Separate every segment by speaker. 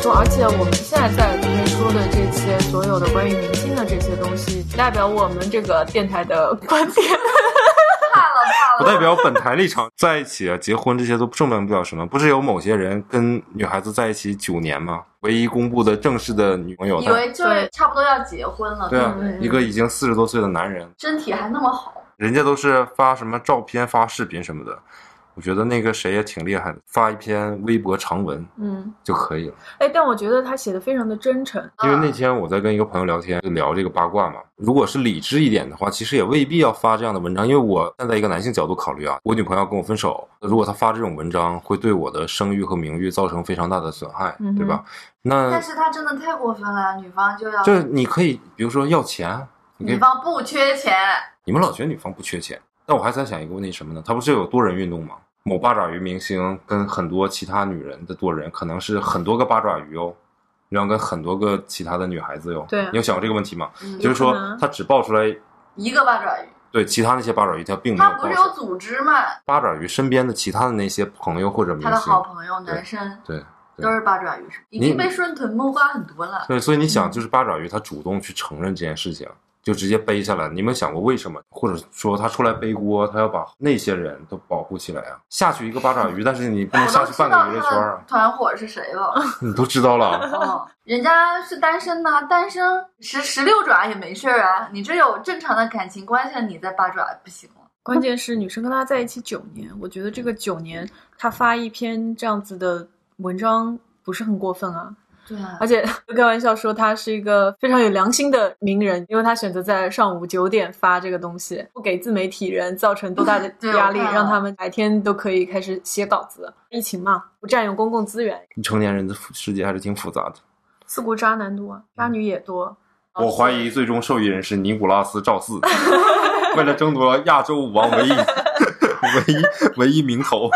Speaker 1: 说，而且我们现在在里面说的这些所有的关于明星的这些东西，代表我们这个电台的观点。
Speaker 2: 怕了怕了，
Speaker 3: 不代表本台立场。在一起啊，结婚这些都证明不了什么。不是有某些人跟女孩子在一起九年吗？唯一公布的正式的女朋友，
Speaker 2: 以为就是差不多要结婚了，
Speaker 3: 对啊
Speaker 2: 不对，
Speaker 3: 一个已经四十多岁的男人，
Speaker 2: 身体还那么好，
Speaker 3: 人家都是发什么照片、发视频什么的。我觉得那个谁也挺厉害的，发一篇微博长文
Speaker 1: 嗯，
Speaker 3: 就可以了。
Speaker 1: 哎，但我觉得他写的非常的真诚。
Speaker 3: 因为那
Speaker 2: 啊
Speaker 3: 天我在跟一个朋友聊天，就聊这个八卦嘛。如果是理智一点的话，其实也未必要发这样的文章，因为我站在一个男性角度考虑啊，我女朋友要跟我分手，如果她发这种文章，会对我的声誉和名誉造成非常大的损害，
Speaker 1: 嗯哼
Speaker 3: 对吧？那
Speaker 2: 但是他真的太过分了，女方就要
Speaker 3: 就是你可以，比如说要钱，你可
Speaker 2: 女
Speaker 3: 以，
Speaker 2: 方不缺钱，
Speaker 3: 你们老觉得女方不缺钱，但我还在想一个问题什么呢？她不是有多人运动吗？某八爪鱼明星跟很多其他女人的多人，可能是很多个八爪鱼哦，然后跟很多个其他的女孩子哟。
Speaker 1: 对啊
Speaker 3: 你有想过这个问题吗？
Speaker 2: 嗯
Speaker 3: 就是
Speaker 1: 有可能
Speaker 3: 说
Speaker 1: 啊，
Speaker 3: 他只爆出来
Speaker 2: 一个八爪鱼，
Speaker 3: 对其他那些八爪鱼，他并没有
Speaker 2: 他不
Speaker 3: 爆
Speaker 2: 是
Speaker 3: 出
Speaker 2: 有
Speaker 3: 来
Speaker 2: 组织嘛？
Speaker 3: 八爪鱼身边的其他的那些朋友或者明
Speaker 2: 他的
Speaker 3: 星
Speaker 2: 好。朋友男生
Speaker 3: 嗯对对
Speaker 2: 都是八爪鱼，已
Speaker 3: 你
Speaker 2: 经被顺藤摸瓜很多了。
Speaker 3: 对，所以你
Speaker 2: 嗯
Speaker 3: 想，就是八爪鱼他主动去承认这件事情，就直接背下来。你有没有想过为什么？或者说他出来背锅，他要把那些人都保护起来啊？下去一个八爪鱼，但是你不能
Speaker 2: 哎我
Speaker 3: 下
Speaker 2: 都
Speaker 3: 去
Speaker 2: 知
Speaker 3: 半
Speaker 2: 道
Speaker 3: 个
Speaker 2: 他
Speaker 3: 娱乐圈
Speaker 2: 的
Speaker 3: 啊！
Speaker 2: 团伙是谁了，
Speaker 3: 你都知道了，啊
Speaker 2: 嗯，人家是单身呐、单身十十六爪也没事儿啊。你这有正常的感情关系了，你再八爪不行了。
Speaker 1: 关键是女生跟他在一起九年，我觉得这个九年他发一篇这样子的文章不是很过分啊。
Speaker 2: 对啊
Speaker 1: 而，且 开玩笑说他是一个非常有良心的名人，因为他选择在上午九点发这个东西，不给自媒体人造成多大的
Speaker 2: 对
Speaker 1: 压力，
Speaker 2: 我看了
Speaker 1: 让他们白天都可以开始写稿子。疫情嘛，不占用公共资源，
Speaker 3: 成年人的世界还是挺复杂的。
Speaker 1: 四顾渣男多，渣女也多。
Speaker 3: 我怀疑最终受益人是尼古拉斯赵四， 为了争夺亚洲舞王唯一 唯一唯一名头。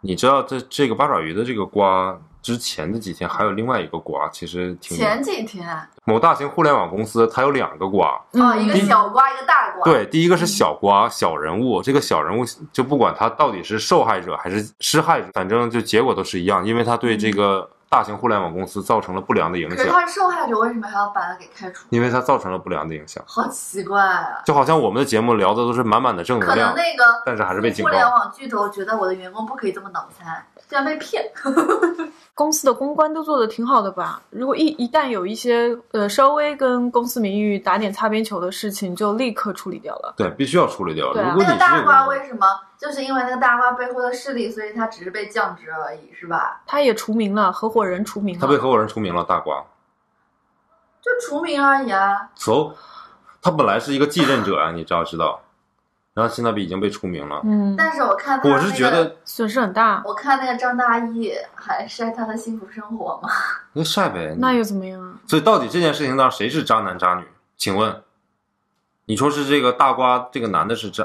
Speaker 3: 你知道这这个八爪鱼的这个瓜之前的几天还有另外一个瓜，其实挺
Speaker 2: 前几天啊、
Speaker 3: 某大型互联网公司它有两个瓜，
Speaker 2: 哦，
Speaker 1: 嗯
Speaker 2: 一个小瓜，一个大瓜。，
Speaker 3: 嗯
Speaker 2: 嗯
Speaker 3: 对，第一个是小瓜小人物，这个小人物就不管他到底是受害者还是施害者，反正就结果都是一样，因为他对这个大型互联网公司造成了不良的影
Speaker 2: 嗯可是
Speaker 3: 响，
Speaker 2: 他是受害者，为什么还要把他给开除？
Speaker 3: 因为他造成了不良的影响。
Speaker 2: 好奇怪啊！
Speaker 3: 就好像我们的节目聊的都是满满的正
Speaker 2: 可
Speaker 3: 能量，
Speaker 2: 能那个
Speaker 3: 但是还是被警
Speaker 2: 互联
Speaker 3: 告。
Speaker 2: 网巨头觉得我的员工不可以这么脑残，这样被骗。
Speaker 1: 公司的公关都做的挺好的吧？如果一一旦有一些呃稍微跟公司名誉打点擦边球的事情，就立刻处理掉了。
Speaker 3: 对，必须要处理掉。
Speaker 1: 对啊
Speaker 3: 如果
Speaker 2: 那
Speaker 3: 你
Speaker 2: 个
Speaker 3: 是
Speaker 2: 大瓜
Speaker 3: 有
Speaker 2: 为什么？就是因为那个大瓜背后的势力，所以他只是被降职而已，是吧？
Speaker 1: 他也除名了，合伙人除名
Speaker 3: 他被
Speaker 1: 了。
Speaker 3: 合伙人除名了，大瓜。
Speaker 2: 就除名而已啊。
Speaker 3: so，他本来是一个继任者啊，你知道知道，然后现在已经被除名了。
Speaker 1: 嗯，
Speaker 2: 但是我看他、那
Speaker 3: 我
Speaker 2: 个，
Speaker 3: 是觉得
Speaker 1: 损失很大。
Speaker 2: 我看那个张大奕还晒他的幸福生活嘛，
Speaker 3: 那晒呗。
Speaker 1: 那又怎么样啊？
Speaker 3: 所以到底这件事情当中谁是渣男渣女？请问，你说是这个大瓜这个男的是渣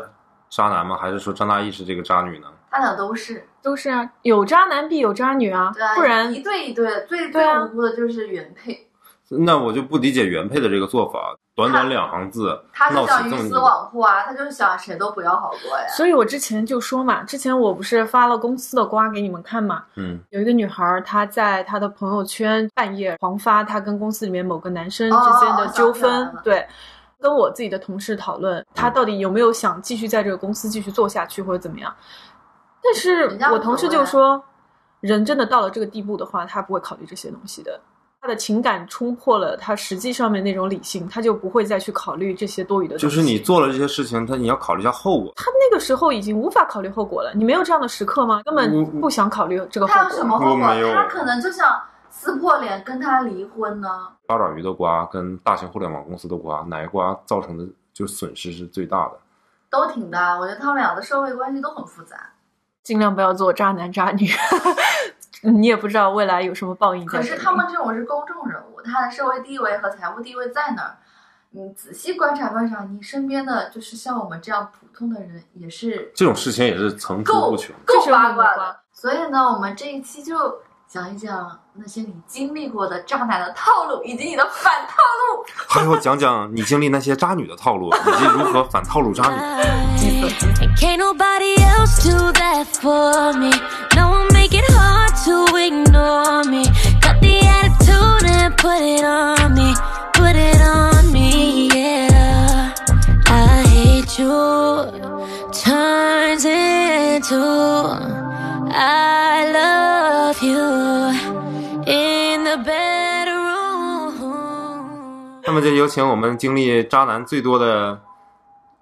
Speaker 3: 渣男吗？还是说张大奕是这个渣女呢？
Speaker 2: 他俩都是，
Speaker 1: 都是啊，有渣男必有渣女啊，
Speaker 2: 对啊，
Speaker 1: 不然
Speaker 2: 一对一对的，最
Speaker 1: 对
Speaker 2: 最
Speaker 1: 啊
Speaker 2: 无辜的就是原配，
Speaker 3: 那我就不理解原配的这个做法。短短两行字，
Speaker 2: 他
Speaker 3: 闹
Speaker 2: 就想
Speaker 3: 起
Speaker 2: 鱼
Speaker 3: 这么
Speaker 2: 死网破啊，他就想谁都不要好过呀。
Speaker 1: 所以我之前就说嘛，之前我不是发了公司的瓜给你们看嘛，
Speaker 3: 嗯，
Speaker 1: 有一个女孩儿她在她的朋友圈半夜狂发她跟公司里面某个男生
Speaker 2: 哦
Speaker 1: 之间的纠
Speaker 2: 哦
Speaker 1: 纷，
Speaker 2: 想起来了
Speaker 1: 对。跟我自己的同事讨论，她到底有没有想继续在这个公司继续做下去，或者怎么样？但是
Speaker 2: 人家无所谓啊
Speaker 1: 我同事就说，人真的到了这个地步的话，他不会考虑这些东西的。他的情感冲破了他实际上面那种理性，他就不会再去考虑这些多余的东西。
Speaker 3: 就是你做了这些事情，他你要考虑一下后果。
Speaker 1: 他那个时候已经无法考虑后果了。你没有这样的时刻吗？根
Speaker 3: 我
Speaker 1: 本不想考虑这个
Speaker 2: 他
Speaker 1: 后
Speaker 2: 有什
Speaker 1: 果。
Speaker 2: 么后
Speaker 3: 我
Speaker 2: 果？
Speaker 3: 没有
Speaker 2: 他可能就想撕破脸跟他离婚呢。
Speaker 3: 八爪鱼的瓜跟大型互联网公司的瓜，哪个瓜造成的就损失是最大的？
Speaker 2: 都挺大，我觉得他们俩的社会关系都很复杂。
Speaker 1: 尽量不要做渣男渣女， 你也不知道未来有什么报应在
Speaker 2: 可
Speaker 1: 这里。
Speaker 2: 是他们这种是公众人物，他的社会地位和财务地位在哪儿？你仔细观察观察，你身边的就是像我们这样普通的人，也是
Speaker 3: 这种事情也是层出
Speaker 2: 够
Speaker 3: 不穷。
Speaker 1: 这
Speaker 2: 够
Speaker 1: 是
Speaker 2: 八
Speaker 1: 八
Speaker 2: 卦
Speaker 1: 卦
Speaker 2: 的。所以呢，我们这一期就讲一讲那些你经历过的渣男的套路，以及你的反套路。
Speaker 3: 还有讲讲你经历那些渣女的套路，以及如何反套路渣
Speaker 1: 嗯
Speaker 3: 女。
Speaker 4: And can't nobody else do that for me. No one make it hard to ignore me. Cut the Put it on me, put it on me, yeah. I hate you turns into I love you in the bedroom.
Speaker 3: 那么就有请我们经历渣男最多的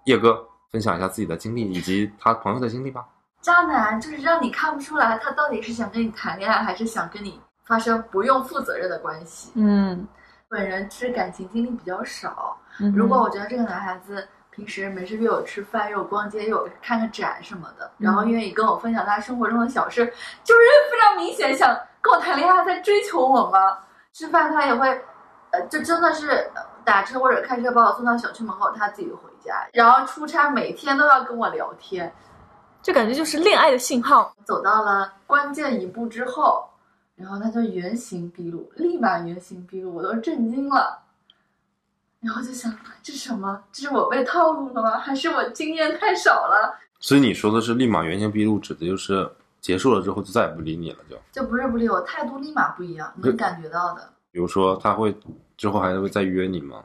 Speaker 3: 叶哥分享一下自己的经历以及他朋友的经历吧。
Speaker 2: 渣男就是让你看不出来他到底是想跟你谈恋爱，还是想跟你发生不用负责任的关系。
Speaker 1: 嗯，
Speaker 2: 本人是感情经历比较少，
Speaker 1: 嗯
Speaker 2: 如果我觉得这个男孩子平时没事约我吃饭，约我逛街，约我看个展什么的，然后愿意跟我分享他生活中的小事，就是非常明显想跟我谈恋爱，在追求我吗？吃饭他也会，呃，就真的是呃打车或者开车把我送到小区门口，他自己回家，然后出差每天都要跟我聊天。
Speaker 1: 这感觉就是恋爱的信号。
Speaker 2: 走到了关键一步之后，然后他就原形毕露，立马原形毕露，我都震惊了。然后就想，这是什么？这是我被套路了吗？还是我经验太少了？
Speaker 3: 所以你说的是立马原形毕露，指的就是结束了之后就再也不理你了，就
Speaker 2: 就不是不理我，态度立马不一样，能感觉到的。
Speaker 3: 比如说他会之后还会再约你吗？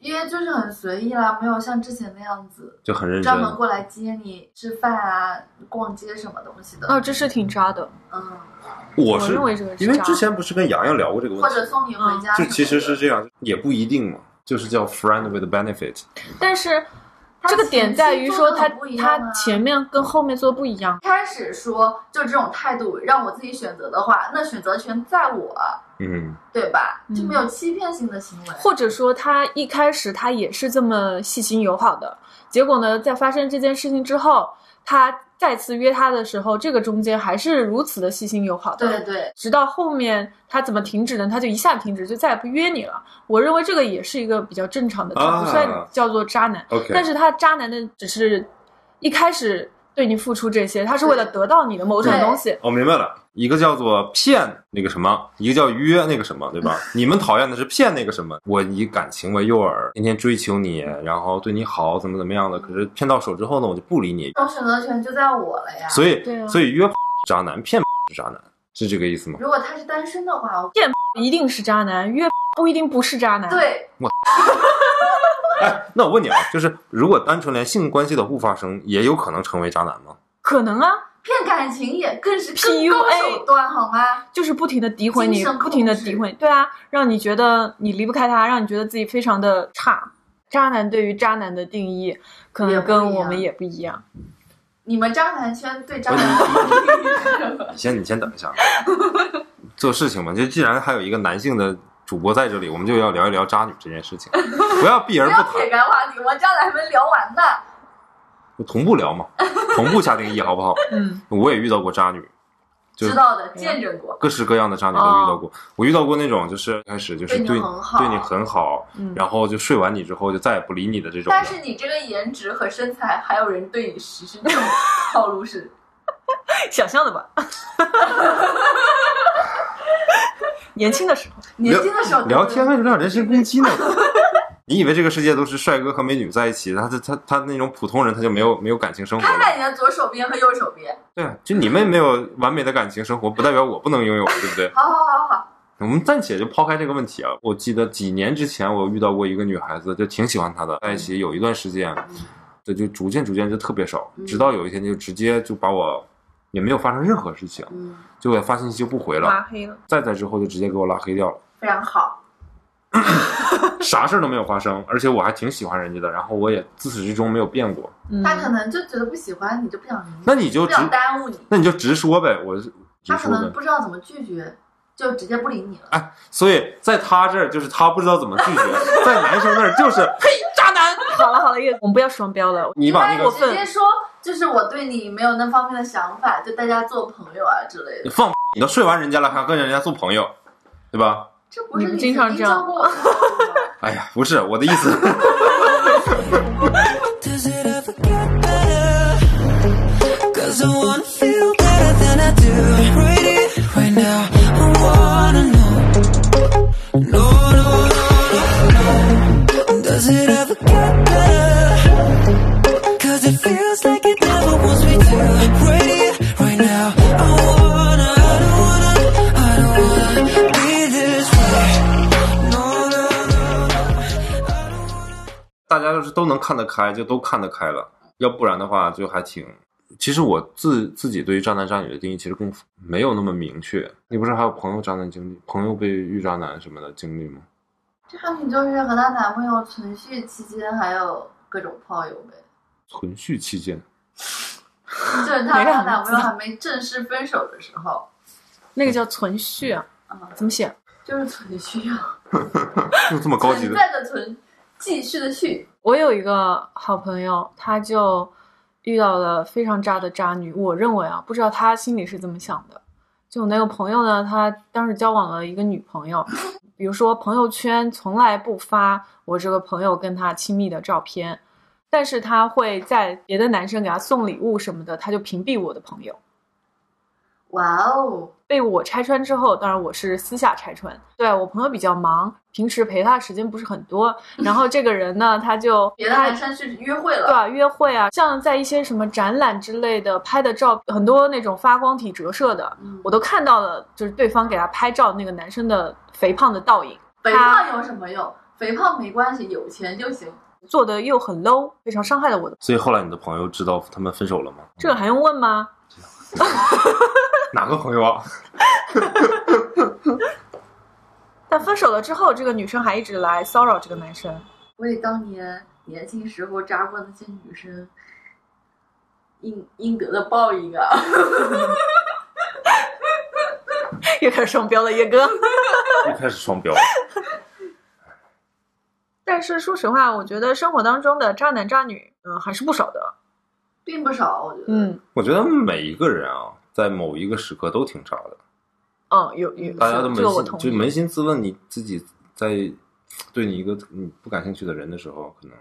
Speaker 2: 因为就是很随意啦，没有像之前那样子
Speaker 3: 就很认真
Speaker 2: 专，门过来接你吃饭啊、逛街什么东西
Speaker 1: 哦，
Speaker 2: 的。
Speaker 1: 这是挺渣的。
Speaker 2: 嗯，
Speaker 3: 我
Speaker 1: 我
Speaker 3: 是
Speaker 1: 认为这个是
Speaker 3: 因为
Speaker 1: 渣
Speaker 3: 之前不是跟洋洋聊过这个
Speaker 2: 或
Speaker 3: 问
Speaker 2: 者
Speaker 3: 题，
Speaker 2: 送你回家什
Speaker 3: 嗯
Speaker 2: 么的。
Speaker 3: 就其实是这样，也不一定嘛，就是叫 friend with benefit，
Speaker 1: 但是
Speaker 2: 他
Speaker 1: 这个点在于说他
Speaker 2: 前期做得很不一样啊
Speaker 1: 他前面跟后面做的不一样。
Speaker 2: 开始说就这种态度让我自己选择的话，那选择权在我。
Speaker 3: 嗯，
Speaker 2: 对吧？
Speaker 1: 嗯
Speaker 2: 就没有欺骗性的行为。
Speaker 1: 或者说他一开始他也是这么细心友好的，结果呢，在发生这件事情之后，他再次约他的时候，这个中间还是如此的细心友好的。
Speaker 2: 对对，
Speaker 1: 直到后面他怎么停止呢？他就一下停止，就再也不约你了。我认为这个也是一个比较正常的，
Speaker 3: 啊
Speaker 1: 他不算叫做渣男。
Speaker 3: OK
Speaker 1: 但是他渣男的只是一开始对你付出这些，他是为了得到你的某种
Speaker 2: 对
Speaker 1: 东西。
Speaker 3: 我、哦明白了，一个叫做骗那个什么，一个叫约那个什么，对吧？ 你们讨厌的是骗那个什么，我以感情为诱饵，天天追求你，然后对你好，怎么怎么样的，可是骗到手之后呢，我就不理你，
Speaker 2: 这种选择权就在我了呀。
Speaker 3: 所以
Speaker 1: 对啊
Speaker 3: 所以约渣男骗是渣男，是这个意思吗？
Speaker 2: 如果他是单身的话，我
Speaker 1: 一定是渣男，约不一定不是渣男。，
Speaker 2: 对
Speaker 3: 哎，那我问你啊，就是如果单纯连性关系都不发生，也有可能成为渣男吗？
Speaker 1: 可能啊，
Speaker 2: 骗感情也更是
Speaker 1: PUA
Speaker 2: 更高手段，好吗？
Speaker 1: 就是不停的诋毁你
Speaker 2: 精神，控
Speaker 1: 不
Speaker 2: 制
Speaker 1: 停的诋毁，对啊，让你觉得你离不开他，让你觉得自己非常的差。渣男对于渣男的定义，可
Speaker 2: 也
Speaker 1: 能
Speaker 2: 不一
Speaker 1: 跟
Speaker 2: 样
Speaker 1: 我们也不一样。
Speaker 2: 你们渣男圈对渣男的定义是 什么？
Speaker 3: 你先，你先等一 下，啊做事情嘛。就既然还有一个男性的主播在这里，我们就要聊一聊渣女这件事情，不要避而
Speaker 2: 不
Speaker 3: 不
Speaker 2: 要
Speaker 3: 谈
Speaker 2: 撇，开话题，我渣男还没聊完呢。
Speaker 3: 就同步聊嘛，同步下定义好不好？
Speaker 1: 嗯，
Speaker 3: 我也遇到过渣女，就
Speaker 2: 知道的，见证过。
Speaker 3: 各式各样的渣女都遇到过。我遇到过那种就是开始就是
Speaker 2: 哦对你
Speaker 3: 对
Speaker 2: 很好
Speaker 3: 对你很好，
Speaker 1: 嗯
Speaker 3: 然后就睡完你之后就再也不理你的这种的。
Speaker 2: 但是你这个颜值和身材，还有人对你实施这种套路是，
Speaker 1: 想象的吧。 年轻的时候，
Speaker 2: 年轻的时候
Speaker 3: 聊天为什么要人身攻击 呢？你以为这个世界都是帅哥和美女在一起，他他他他那种普通人他就没有没有感情生活
Speaker 2: 看看
Speaker 3: 了？
Speaker 2: 你的左手边和右手边。
Speaker 3: 对啊，就你们没有完美的感情生活，不代表我不能拥有，对不 对？
Speaker 2: 好好好好，
Speaker 3: 我们暂且就抛开这个问题啊。我记得几年之前我遇到过一个女孩子，就挺喜欢她的，在一起有一段时间，这就逐渐逐渐就特别少，
Speaker 2: 嗯
Speaker 3: 直到有一天就直接就把我也没有发生任何事情，
Speaker 2: 嗯，
Speaker 3: 就给发信息就不回
Speaker 1: 拉
Speaker 2: 啊
Speaker 3: 了，
Speaker 1: 黑了。
Speaker 3: 再在之后就直接给我拉黑掉了。
Speaker 2: 非常好。
Speaker 3: 啥事儿都没有发生，而且我还挺喜欢人家的，然后我也自始至终没有变过。
Speaker 1: 嗯，
Speaker 2: 他可能就觉得不喜欢你，就不想理
Speaker 3: 那
Speaker 2: 你，
Speaker 3: 你就
Speaker 2: 不
Speaker 3: 直，
Speaker 2: 想耽误你。
Speaker 3: 那你就直说呗，我是直
Speaker 2: 他可
Speaker 3: 说
Speaker 2: 能
Speaker 3: 呗。
Speaker 2: 不知道怎么拒绝，就直接不理你
Speaker 1: 啊
Speaker 2: 了。
Speaker 3: 哎，所以在他这儿就是他不知道怎么拒绝，在男生那儿就是
Speaker 1: 呸，渣男。好了好了，叶，我们不要双标了。
Speaker 3: 你把那
Speaker 2: 应
Speaker 3: 个
Speaker 2: 该直接说，就是我对你没有那方面的想法，就大家做朋友啊之类
Speaker 3: 你
Speaker 2: 的。
Speaker 3: 放，你都睡完人家了，还跟人家做朋友，对吧？
Speaker 2: 这不是
Speaker 1: 你们
Speaker 2: 你
Speaker 1: 经常
Speaker 2: 曾
Speaker 1: 这
Speaker 2: 经
Speaker 1: 样
Speaker 2: 教过我的吗？
Speaker 3: 哎呀，不是我的意思，
Speaker 5: Does it ever get better? Cause I wanna feel better than I do right here, right now. I wanna know. No, no, no, no, no. Does it ever get better? Cause it feels like it never was me to right here, right now. I wanna, I don't wanna, I don't wanna be this way.
Speaker 3: 家要是都能看得开，就都看得开了。要不然的话，就还挺……其实我自自己对于渣男渣女的定义，其实更没有那么明确。你不是还有朋友渣男经历，朋友被遇渣男什么的经历吗？
Speaker 2: 渣女就是和她男朋友存续期间还有各种炮友呗，
Speaker 3: 存续期间，
Speaker 2: 就是她
Speaker 1: 没
Speaker 2: 和她
Speaker 1: 让
Speaker 2: 男
Speaker 1: 人
Speaker 2: 朋友还没正式分手的时候，
Speaker 1: 那个叫存续啊，
Speaker 2: 啊，
Speaker 1: 怎么写？
Speaker 2: 就是存续啊，
Speaker 3: 就这么高级
Speaker 2: 存
Speaker 3: 的，
Speaker 2: 在的存，继续的续，
Speaker 1: 我有一个好朋友，他就遇到了非常渣的渣女。我认为啊，不知道他心里是怎么想的。就我那个朋友呢，他当时交往了一个女朋友，比如说朋友圈从来不发我这个朋友跟他亲密的照片，但是他会在别的男生给他送礼物什么的，他就屏蔽我的朋友。
Speaker 2: 哇哦，
Speaker 1: 被我拆穿之后，当然我是私下拆穿。对我朋友比较忙，平时陪他的时间不是很多。然后这个人呢，他就
Speaker 2: 别的
Speaker 1: 他
Speaker 2: 男生去约会
Speaker 1: 对
Speaker 2: 了，
Speaker 1: 啊，约会啊，像在一些什么展览之类的拍的照，很多那种发光体折射的，
Speaker 2: 嗯
Speaker 1: 我都看到了，就是对方给他拍照那个男生的肥胖的倒影，
Speaker 2: 肥
Speaker 1: 他
Speaker 2: 胖有什么用？肥胖没关系，有钱就行。
Speaker 1: 做的又很 low，非常伤害了我的。
Speaker 3: 所以后来你的朋友知道他们分手了吗？
Speaker 1: 这还用问吗？
Speaker 3: 哪个朋友啊？
Speaker 1: 但分手了之后，这个女生还一直来骚扰这个男生，
Speaker 2: 我也当年年轻时候扎过那些女生，应应得的报应啊！
Speaker 1: 又开始双标了，叶哥。
Speaker 3: 又开始双标了。
Speaker 1: 但是说实话，我觉得生活当中的渣男渣女，嗯，还是不少的。
Speaker 2: 并不少，我觉得。
Speaker 1: 嗯
Speaker 3: 我觉得每一个人啊，在某一个时刻都挺渣的。
Speaker 1: 嗯，有有，
Speaker 3: 大家都
Speaker 1: 是
Speaker 3: 扪
Speaker 1: 这个我
Speaker 3: 心
Speaker 1: 同
Speaker 3: 就
Speaker 1: 意。
Speaker 3: 扪心自问，你自己在对你一个你不感兴趣的人的时候，可能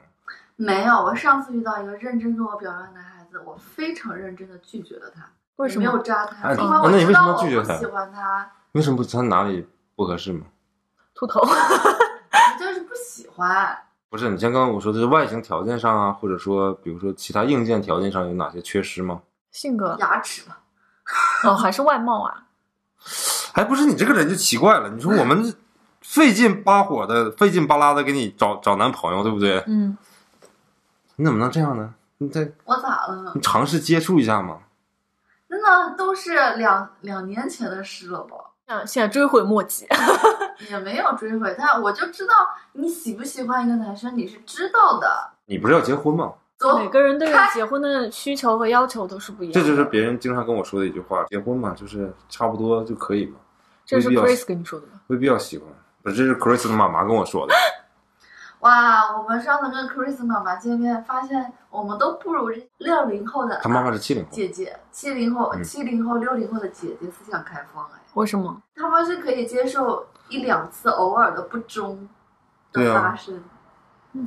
Speaker 2: 没有，我上次遇到一个认真跟我表白的男孩子，我非常认真的拒绝了他，
Speaker 1: 为什
Speaker 2: 我没
Speaker 1: 么
Speaker 2: 有？扎他，
Speaker 3: 哎
Speaker 2: 因为
Speaker 3: 那
Speaker 2: 我
Speaker 3: 你为
Speaker 2: 知
Speaker 3: 什
Speaker 2: 道
Speaker 3: 么
Speaker 2: 我
Speaker 3: 拒绝
Speaker 2: 不
Speaker 3: 他
Speaker 2: 喜欢他，
Speaker 3: 为什么不他哪里不合适吗？
Speaker 1: 秃头。
Speaker 2: 我就是不喜欢。
Speaker 3: 不是，你像刚刚我说的是外形条件上啊，或者说比如说其他硬件条件上有哪些缺失吗？
Speaker 1: 性格
Speaker 2: 牙齿吧，
Speaker 1: 哦，还是外貌啊？
Speaker 3: 哎，不是你这个人就奇怪了，你说我们费劲巴火的、费劲巴拉的给你找找男朋友，对不对？
Speaker 1: 嗯，
Speaker 3: 你怎么能这样呢？你再
Speaker 2: 我咋了
Speaker 3: 你？尝试接触一下嘛。
Speaker 2: 真的都是两两年前的事了吧？
Speaker 1: 像嗯现在追悔莫及。
Speaker 2: 也没有追回他，我就知道你喜不喜欢一个男生，你是知道的。
Speaker 3: 你不是要结婚吗？
Speaker 2: 走，
Speaker 1: 每个人对于
Speaker 2: 开
Speaker 1: 结婚的需求和要求都是不一样的。
Speaker 3: 这就是别人经常跟我说的一句话：结婚嘛，就是差不多就可以嘛，
Speaker 1: 这是
Speaker 3: 没必要
Speaker 1: Chris 跟你说的吗？
Speaker 3: 未必要喜欢。不是，这是 Chris 的妈妈跟我说 的。
Speaker 2: 哇，我们上次跟 Chris 妈妈见面，发现我们都不如六零后的
Speaker 3: 他妈妈是七零后，
Speaker 2: 姐姐，七零后、
Speaker 3: 嗯
Speaker 2: 七零后、六零后的姐姐思想开放哎，
Speaker 1: 为什么？
Speaker 2: 他们是可以接受一两次偶尔的不忠
Speaker 3: 对
Speaker 2: 的
Speaker 3: 啊
Speaker 2: 发生。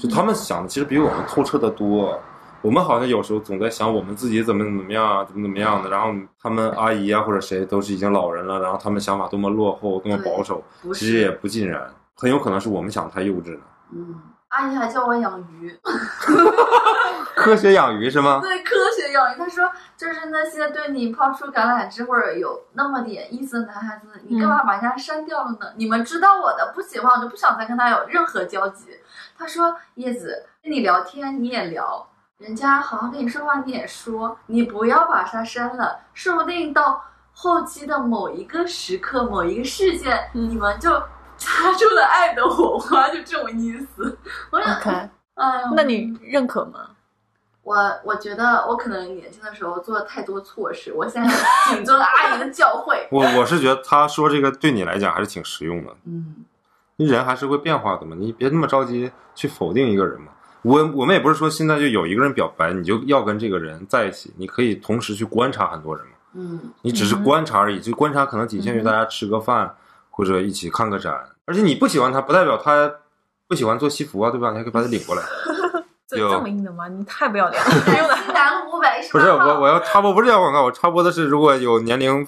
Speaker 3: 就他们想的其实比我们透彻的多。我们好像有时候总在想我们自己怎么怎么样啊，怎么怎么样的。然后他们阿姨啊或者谁都是已经老人了，然后他们想法多么落后，多么保守，
Speaker 2: 不
Speaker 3: 其实也
Speaker 2: 是，
Speaker 3: 不尽然，很有可能是我们想太幼稚了。
Speaker 2: 嗯，阿姨还教我养鱼，
Speaker 3: 科学养鱼是吗？。
Speaker 2: 对科学养鱼。她说，就是那些对你抛出橄榄枝或者有那么点意思的男孩子，你
Speaker 1: 嗯
Speaker 2: 干嘛把人家删掉了呢？你们知道我的，不喜欢我就不想再跟他有任何交集。她说，叶子跟你聊天你也聊。人家好好跟你说话，你也说，你不要把他删了，说不定到后期的某一个时刻、某一个事件，
Speaker 1: 嗯
Speaker 2: 你们就擦出了爱的火花，就这种意思。 我想
Speaker 1: OK，
Speaker 2: 哎呦，
Speaker 1: 那你认可吗？
Speaker 2: 我我觉得我可能年轻的时候做了太多错事，我现在谨遵阿姨的教诲
Speaker 3: 我我是觉得他说这个对你来讲还是挺实用的。
Speaker 2: 嗯，
Speaker 3: 人还是会变化的嘛，你别那么着急去否定一个人嘛。我我们也不是说现在就有一个人表白，你就要跟这个人在一起，你可以同时去观察很多人嘛。
Speaker 2: 嗯，
Speaker 3: 你只是观察而已，就观察可能仅限于大家吃个饭、或者一起看个展。而且你不喜欢他，不代表他不喜欢做西服啊，对吧？你还可以把他领过来。
Speaker 1: 这
Speaker 3: 有
Speaker 1: 这么硬的吗？你太不要脸 了！不用的
Speaker 2: 西南五百一十
Speaker 3: 不
Speaker 2: 八
Speaker 3: 是
Speaker 2: 号。
Speaker 3: 我，我要插播，不是要广告，我插播的是，如果有年龄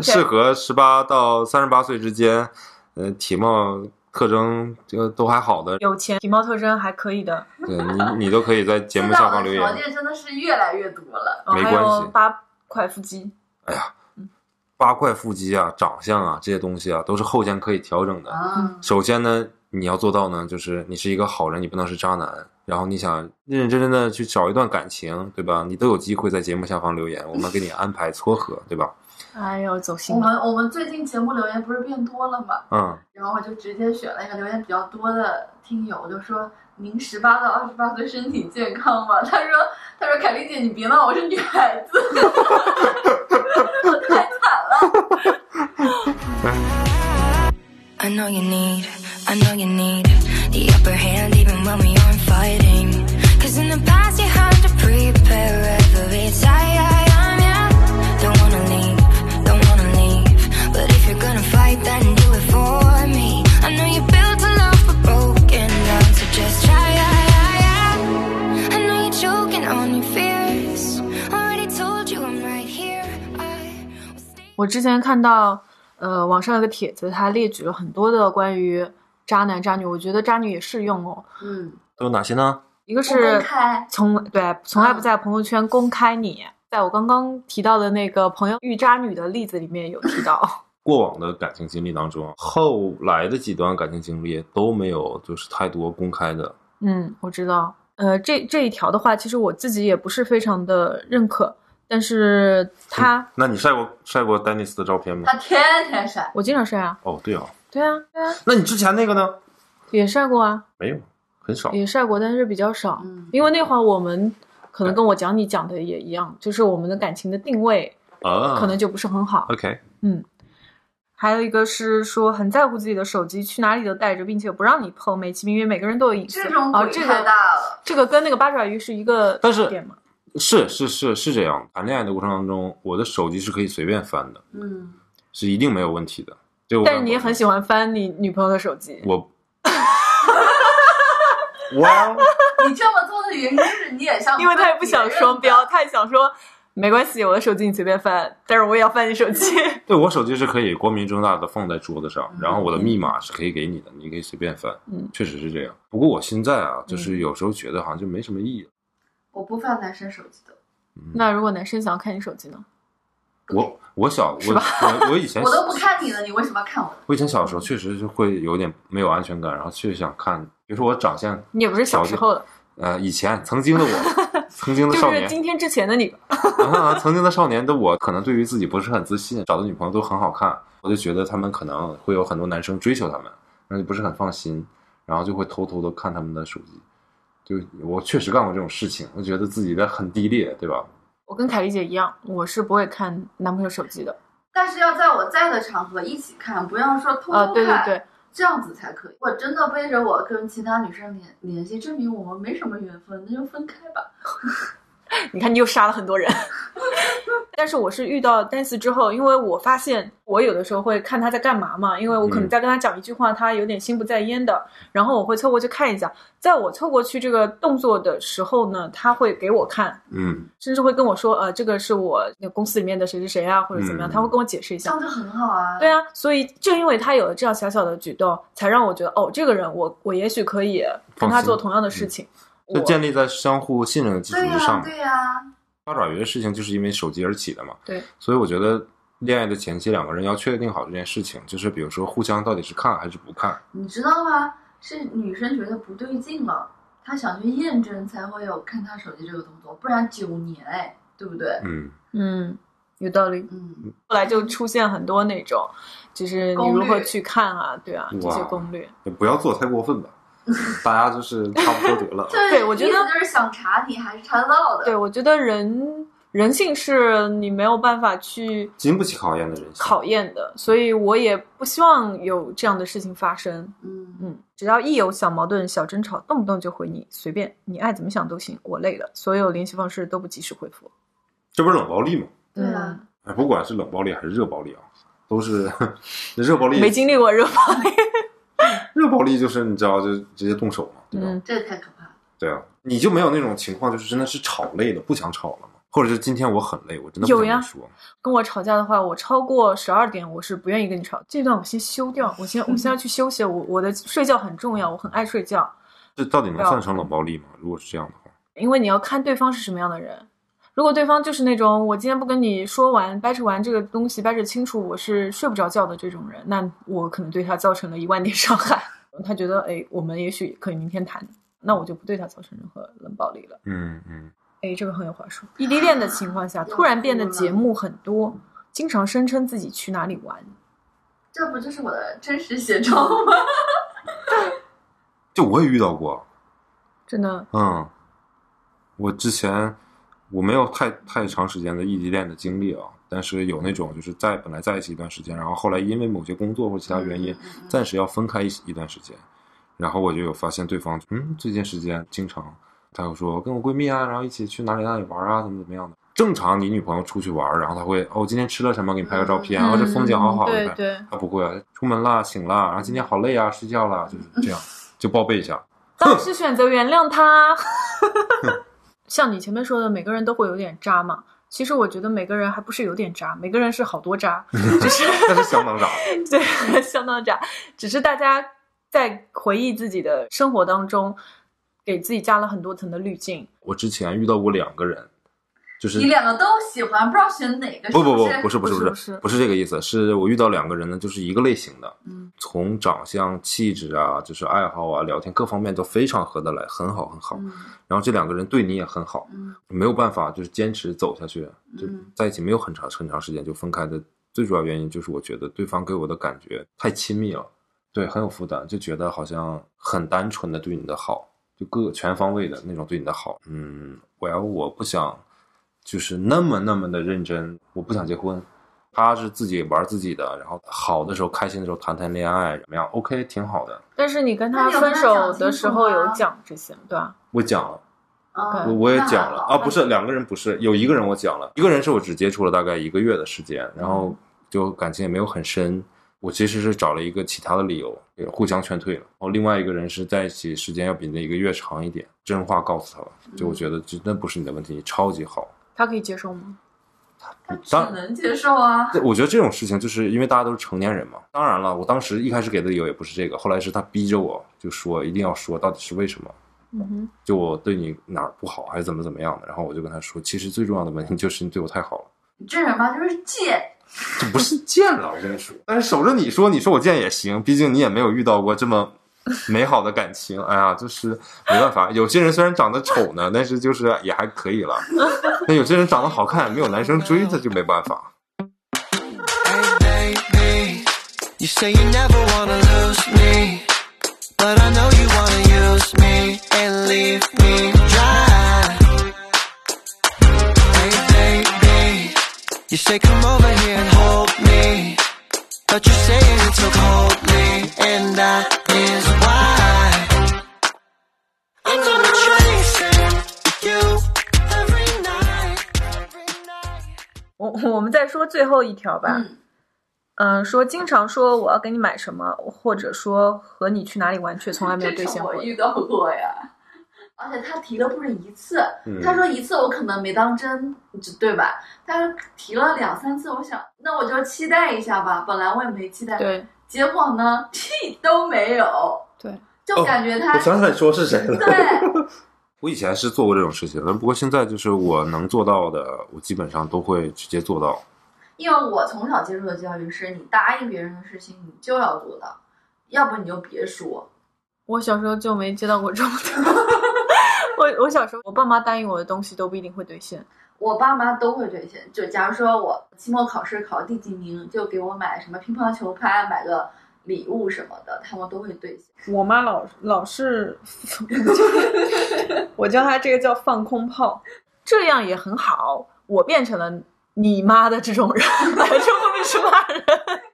Speaker 3: 适合十八到三十八岁之间，呃，体貌特征这个都还好的，
Speaker 1: 有钱，体貌特征还可以的，
Speaker 3: 对你你都可以在节
Speaker 2: 现
Speaker 3: 目
Speaker 2: 在
Speaker 3: 下
Speaker 2: 我
Speaker 3: 方
Speaker 2: 的
Speaker 3: 留
Speaker 2: 条
Speaker 3: 言。
Speaker 2: 件真的是越来越多了。
Speaker 1: 哦
Speaker 3: 没
Speaker 1: 还
Speaker 3: 关
Speaker 1: 有
Speaker 3: 系
Speaker 1: 八块腹肌，
Speaker 3: 八块腹肌啊、长相啊这些东西啊，都是后天可以调整的。
Speaker 2: 啊，
Speaker 3: 首先呢，你要做到呢，就是你是一个好人，你不能是渣男。然后你想认认真真的去找一段感情，对吧？你都有机会在节目下方留言，我们给你安排撮合，对吧？
Speaker 1: 哎呦，走心
Speaker 2: 我
Speaker 1: 了。
Speaker 2: 们我们最近节目留言不是变多了吗？
Speaker 3: 嗯，
Speaker 2: 然后我就直接选了一个留言比较多的听友，我就说您十八到二十八岁身体健康吗？他说他说凯丽姐你别闹，我是女孩子， 我太惨了。
Speaker 6: I know you need, I know you need the upper hand even when we aren't fighting. Cause in the past you had to prepare every time. Yeah. Don't wanna leave, don't wanna leave. But if you're gonna fight, then do it for me. I know you built a love for broken love, so just try. I know you're choking on your fears. Already told you I'm right here. I will stay.
Speaker 1: 我之前看到，呃，网上有个帖子，它列举了很多的关于渣男渣女，我觉得渣女也适用哦。
Speaker 2: 嗯，
Speaker 3: 都有哪些呢？
Speaker 1: 一个
Speaker 2: 不公
Speaker 1: 是
Speaker 2: 开，
Speaker 1: 从对从来
Speaker 2: 嗯
Speaker 1: 不在朋友圈公开你，在我刚刚提到的那个朋友遇渣女的例子里面有提到，
Speaker 3: 过往的感情经历当中，后来的几段感情经历都没有就是太多公开的，
Speaker 1: 嗯，我知道，呃，这这一条的话，其实我自己也不是非常的认可，但是他、
Speaker 3: 嗯那你晒过晒过 Dennis 的照片吗
Speaker 2: 他？天天晒。
Speaker 1: 我经常晒啊，
Speaker 3: 哦，对啊，
Speaker 1: 对啊，对啊，
Speaker 3: 那你之前那个呢？
Speaker 1: 也晒过啊，
Speaker 3: 没有，很少。
Speaker 1: 也晒过，但是比较少，
Speaker 2: 嗯
Speaker 1: 因为那会儿我们可能跟我讲你讲的也一样，就是我们的感情的定位
Speaker 3: 啊，
Speaker 1: 可能就不是很好。
Speaker 3: OK，
Speaker 1: 还有一个是说很在乎自己的手机，去哪里都带着，并且不让你碰，美其名曰每个人都有隐私。
Speaker 2: 这种
Speaker 1: 哦，
Speaker 2: 鬼
Speaker 1: 这
Speaker 2: 太
Speaker 1: 个
Speaker 2: 大了，
Speaker 1: 这个跟那个八爪鱼是一个
Speaker 3: 但是
Speaker 1: 点嘛，
Speaker 3: 是是是是这样。谈恋爱的过程当中，我的手机是可以随便翻的，
Speaker 2: 嗯，
Speaker 3: 是一定没有问题的。这个
Speaker 1: 但是你也很喜欢翻你女朋友的手机，
Speaker 3: 我。哇，
Speaker 2: 你这么做的原因就是你也 像，
Speaker 1: 因为他也不想双 标，，他也想说没关系，我的手机你随便翻，但是我也要翻你手机。
Speaker 3: 对我手机是可以光明正大的放在桌子上，然后我的密码是可以给你的，你可以随便翻。
Speaker 1: 嗯
Speaker 3: 确实是这样。不过我现在啊，就是有时候觉得好像就没什么意义了。
Speaker 2: 我不翻男生手机的，
Speaker 1: 那如果男生想要看你手机呢？
Speaker 3: 我我小我我我以前
Speaker 2: 我都不看你的，你为什么要看我的？
Speaker 3: 我以前小时候确实是会有点没有安全感，然后确实想看，比如说我长相，
Speaker 1: 你也不是小时候的，
Speaker 3: 呃，以前曾经的我，曾经的
Speaker 1: 就
Speaker 3: 少
Speaker 1: 是
Speaker 3: 年，
Speaker 1: 今天之前的你吧。
Speaker 3: 啊，曾经的少年的我，可能对于自己不是很自信，找的女朋友都很好看，我就觉得他们可能会有很多男生追求他们，然后就不是很放心，然后就会偷偷的看他们的手机。就我确实干过这种事情，我觉得自己的很低劣，对吧？
Speaker 1: 我跟凯丽姐一样，我是不会看男朋友手机的。
Speaker 2: 但是要在我在的场合一起看，不要说偷偷看，
Speaker 1: 啊，对对对，
Speaker 2: 这样子才可以。我真的背着我跟其他女生联联系，证明我们没什么缘分，那就分开吧。
Speaker 1: 你看你又杀了很多人。 但是我是遇到丹斯之后，因为我发现我有的时候会看他在干嘛嘛，因为我可能在跟他讲一句话，他有点心不在焉的，然后我会凑过去看一下。在我凑过去这个动作的时候呢，他会给我看，
Speaker 3: 嗯，
Speaker 1: 甚至会跟我说，呃，这个是我公司里面的谁谁谁啊，或者怎么样，
Speaker 3: 嗯
Speaker 1: 他会跟我解释一
Speaker 2: 这
Speaker 1: 下
Speaker 2: 样。就很好啊。
Speaker 1: 对，啊，所以就因为他有了这样小小的举动，才让我觉得哦，这个人我我也许可以跟他
Speaker 3: 放心嗯
Speaker 1: 做同样的事情。我
Speaker 3: 就建立在相互信任的基础
Speaker 2: 对
Speaker 3: 之
Speaker 2: 呀、
Speaker 3: 上嘛。
Speaker 2: 对呀、
Speaker 3: 八爪鱼的事情就是因为手机而起的嘛。
Speaker 1: 对，
Speaker 3: 所以我觉得恋爱的前期，两个人要确定好这件事情，就是比如说互相到底是看还是不看。
Speaker 2: 你知道吗？是女生觉得不对劲了，她想去验证，才会有看她手机这个动作，不然九年哎，对不对？
Speaker 3: 嗯，
Speaker 1: 嗯，有道理。
Speaker 2: 嗯，
Speaker 1: 后来就出现很多那种，就是你
Speaker 2: 攻
Speaker 1: 如
Speaker 2: 略
Speaker 1: 何去看啊，对啊，这些
Speaker 3: 哇
Speaker 1: 攻略。
Speaker 3: 也不要做太过分 吧，大家就是差不多得了。啊
Speaker 2: 就是
Speaker 1: 对我觉得
Speaker 2: 意思就是想查你还是查得到的。
Speaker 1: 对，我觉得人人性是你没有办法去
Speaker 3: 经不起考验的人性。
Speaker 1: 考验的，所以我也不希望有这样的事情发生。
Speaker 2: 嗯，
Speaker 1: 嗯，只要一有小矛盾、小争吵，动不动就回你，随便你爱怎么想都行。我累了，所有联系方式都不及时回复。
Speaker 3: 这不是冷暴力吗？
Speaker 2: 对
Speaker 1: 嗯，
Speaker 2: 啊
Speaker 3: 哎，不管是冷暴力还是热暴力啊，都是 热暴力。
Speaker 1: 没经历过热暴力。
Speaker 3: 热暴力就是你知道，就直接动手嘛，对吧？
Speaker 1: 嗯，
Speaker 2: 这太可怕了。
Speaker 3: 对啊，你就没有那种情况，就是真的是吵累了，不想吵了吗？或者是今天我很累，我真的
Speaker 1: 有
Speaker 3: 不想
Speaker 1: 呀
Speaker 3: 跟你说。
Speaker 1: 跟我吵架的话，我超过十二点，我是不愿意跟你吵。这段我先休掉，我先我现在去休息。我我的睡觉很重要，我很爱睡觉。
Speaker 3: 这到底能
Speaker 1: 对啊
Speaker 3: 算成冷暴力吗？如果是这样的话，
Speaker 1: 因为你要看对方是什么样的人。如果对方就是那种我今天不跟你说完掰扯完这个东西掰扯清楚，我是睡不着觉的这种人， 那我可能对他造成了一万点伤害。他觉得哎，我们也许可以明天谈，那我就不对他造成任何冷暴力了。
Speaker 3: 嗯嗯，
Speaker 1: 哎，这个很有话说。异地恋的情况下，突然变得节目很多，经常声称自己去哪里玩，
Speaker 2: 这不就是我的真实写照吗？
Speaker 3: 就我也遇到过，啊
Speaker 1: 真的
Speaker 3: 嗯，我之前我没有太太长时间的异地恋的经历啊，但是有那种就是在本来在一起一段时间，然后后来因为某些工作或其他原因，
Speaker 2: 嗯
Speaker 3: 暂时要分开一一段时间，然后我就有发现对方，嗯，最近时间经常她会说跟我闺蜜啊，然后一起去哪里哪里玩啊，怎么怎么样的。正常你女朋友出去玩，然后她会哦，今天吃了什么，给你拍个照片，然哦后、这风景好好，你
Speaker 1: 嗯对
Speaker 3: 看
Speaker 1: 对。
Speaker 3: 她不会啊，出门啦，醒啦，然后今天好累啊，睡觉啦，就是 这样，就报备一下。
Speaker 1: 当时选择原谅他。 像你前面说的，每个人都会有点渣嘛。其实我觉得每个人还不是有点渣，每个人是好多渣，
Speaker 3: 那是相当渣。
Speaker 1: 对，相当渣。只是大家在回忆自己的生活当中，给自己加了很多层的滤镜。
Speaker 3: 我之前遇到过两个人，就是
Speaker 2: 你两个都喜欢，不知道选哪个。
Speaker 3: 不不
Speaker 2: 不
Speaker 3: 不不是不是
Speaker 1: 不是
Speaker 3: 不
Speaker 1: 不
Speaker 3: 是
Speaker 1: 是
Speaker 3: 不是这个意思，是我遇到两个人呢，就是一个类型的，
Speaker 2: 嗯，
Speaker 3: 从长相、气质啊，就是爱好啊、聊天各方面都非常合得来，很好很好。
Speaker 2: 嗯
Speaker 3: 然后这两个人对你也很好，
Speaker 2: 嗯
Speaker 3: 没有办法就是坚持走下去，啊就
Speaker 2: 嗯
Speaker 3: 在一起没有很长很长时间就分开的。最主要原因就是我觉得对方给我的感觉太亲密了，对，很有负担，就觉得好像很单纯的对你的好，就各全方位的那种对你的好。嗯，我要我不想就是那么那么的认真，我不想结婚。他是自己玩自己的，然后好的时候、开心的时候谈谈恋爱，怎么样？OK，挺好的。
Speaker 1: 但是你跟
Speaker 2: 那
Speaker 1: 他
Speaker 2: 你有跟
Speaker 1: 分
Speaker 2: 他
Speaker 1: 手
Speaker 2: 讲
Speaker 1: 的
Speaker 2: 清
Speaker 1: 时
Speaker 2: 楚
Speaker 1: 候有
Speaker 2: 吗
Speaker 1: 讲这些，对啊吧？
Speaker 3: 我讲了。
Speaker 2: 嗯
Speaker 1: 对
Speaker 3: 我我也
Speaker 2: 那还
Speaker 3: 讲了
Speaker 2: 好
Speaker 3: 啊，不是两个人，不是有一个人我讲了，一个人是我只接触了大概一个月的时间，然
Speaker 2: 嗯
Speaker 3: 后就感情也没有很深。我其实是找了一个其他的理由，也互相劝退了。然后另外一个人是在一起时间要比那一个月长一点，真话告诉他了，就
Speaker 2: 嗯
Speaker 3: 我觉得这那不是你的问题，你超级好。
Speaker 1: 他可以接受吗？
Speaker 2: 他
Speaker 3: 当
Speaker 2: 只能接受啊。
Speaker 3: 对我觉得这种事情就是因为大家都是成年人嘛。当然了，我当时一开始给的理由也不是这个，后来是他逼着我就说一定要说到底是为什么。
Speaker 1: 嗯哼，
Speaker 3: 就我对你哪儿不好，还是怎么怎么样的，然后我就跟他说，其实最重要的问题就是你对我太好了，
Speaker 2: 你这人吧，就是贱。
Speaker 3: 这不是贱了，我跟你说。但是守着你说，你说我贱也行，毕竟你也没有遇到过这么美好的感情。哎呀，就是没办法，有些人虽然长得丑呢，但是就是也还可以了。那有些人长得好看，没有男生追，他就没办法。
Speaker 5: Hey baby, you say you never wanna lose me, but I know you wanna use me and leave me dry. Hey baby, you say come over here and hold me, but you say it so coldly, and that is why I'm gonna chase you every night. Every night.
Speaker 1: 我我们再说最后一条吧。
Speaker 2: 嗯，
Speaker 1: 嗯、说经常说我要给你买什么，或者说和你去哪里玩，却从来没有兑
Speaker 2: 这是
Speaker 1: 现
Speaker 2: 我
Speaker 1: 过。
Speaker 2: 遇到过呀。而且他提了不止一次，
Speaker 3: 嗯
Speaker 2: 他说一次我可能没当真，对吧？他提了两三次，我想那我就期待一下吧。本来我也没期待，
Speaker 1: 对
Speaker 2: 结果呢， 屁都没有，
Speaker 1: 对，
Speaker 2: 就
Speaker 3: 哦
Speaker 2: 感觉他、
Speaker 3: 起来说是谁了。
Speaker 2: 对，
Speaker 3: 我以前是做过这种事情，但不过现在就是我能做到的，我基本上都会直接做到。
Speaker 2: 因为我从小接受的教育是你答应别人的事情你就要做到，要不你就别说。
Speaker 1: 我小时候就没接到过这种我我小时候，我爸妈答应我的东西都不一定会兑现。
Speaker 2: 我爸妈都会兑现，就假如说我期末考试考第几名，就给我买什么乒乓球拍，买个礼物什么的，他们都会兑现。
Speaker 1: 我妈老老是， 我叫她这个叫放空炮，这样也很好。我变成了你妈的这种人，反正我不是骂人。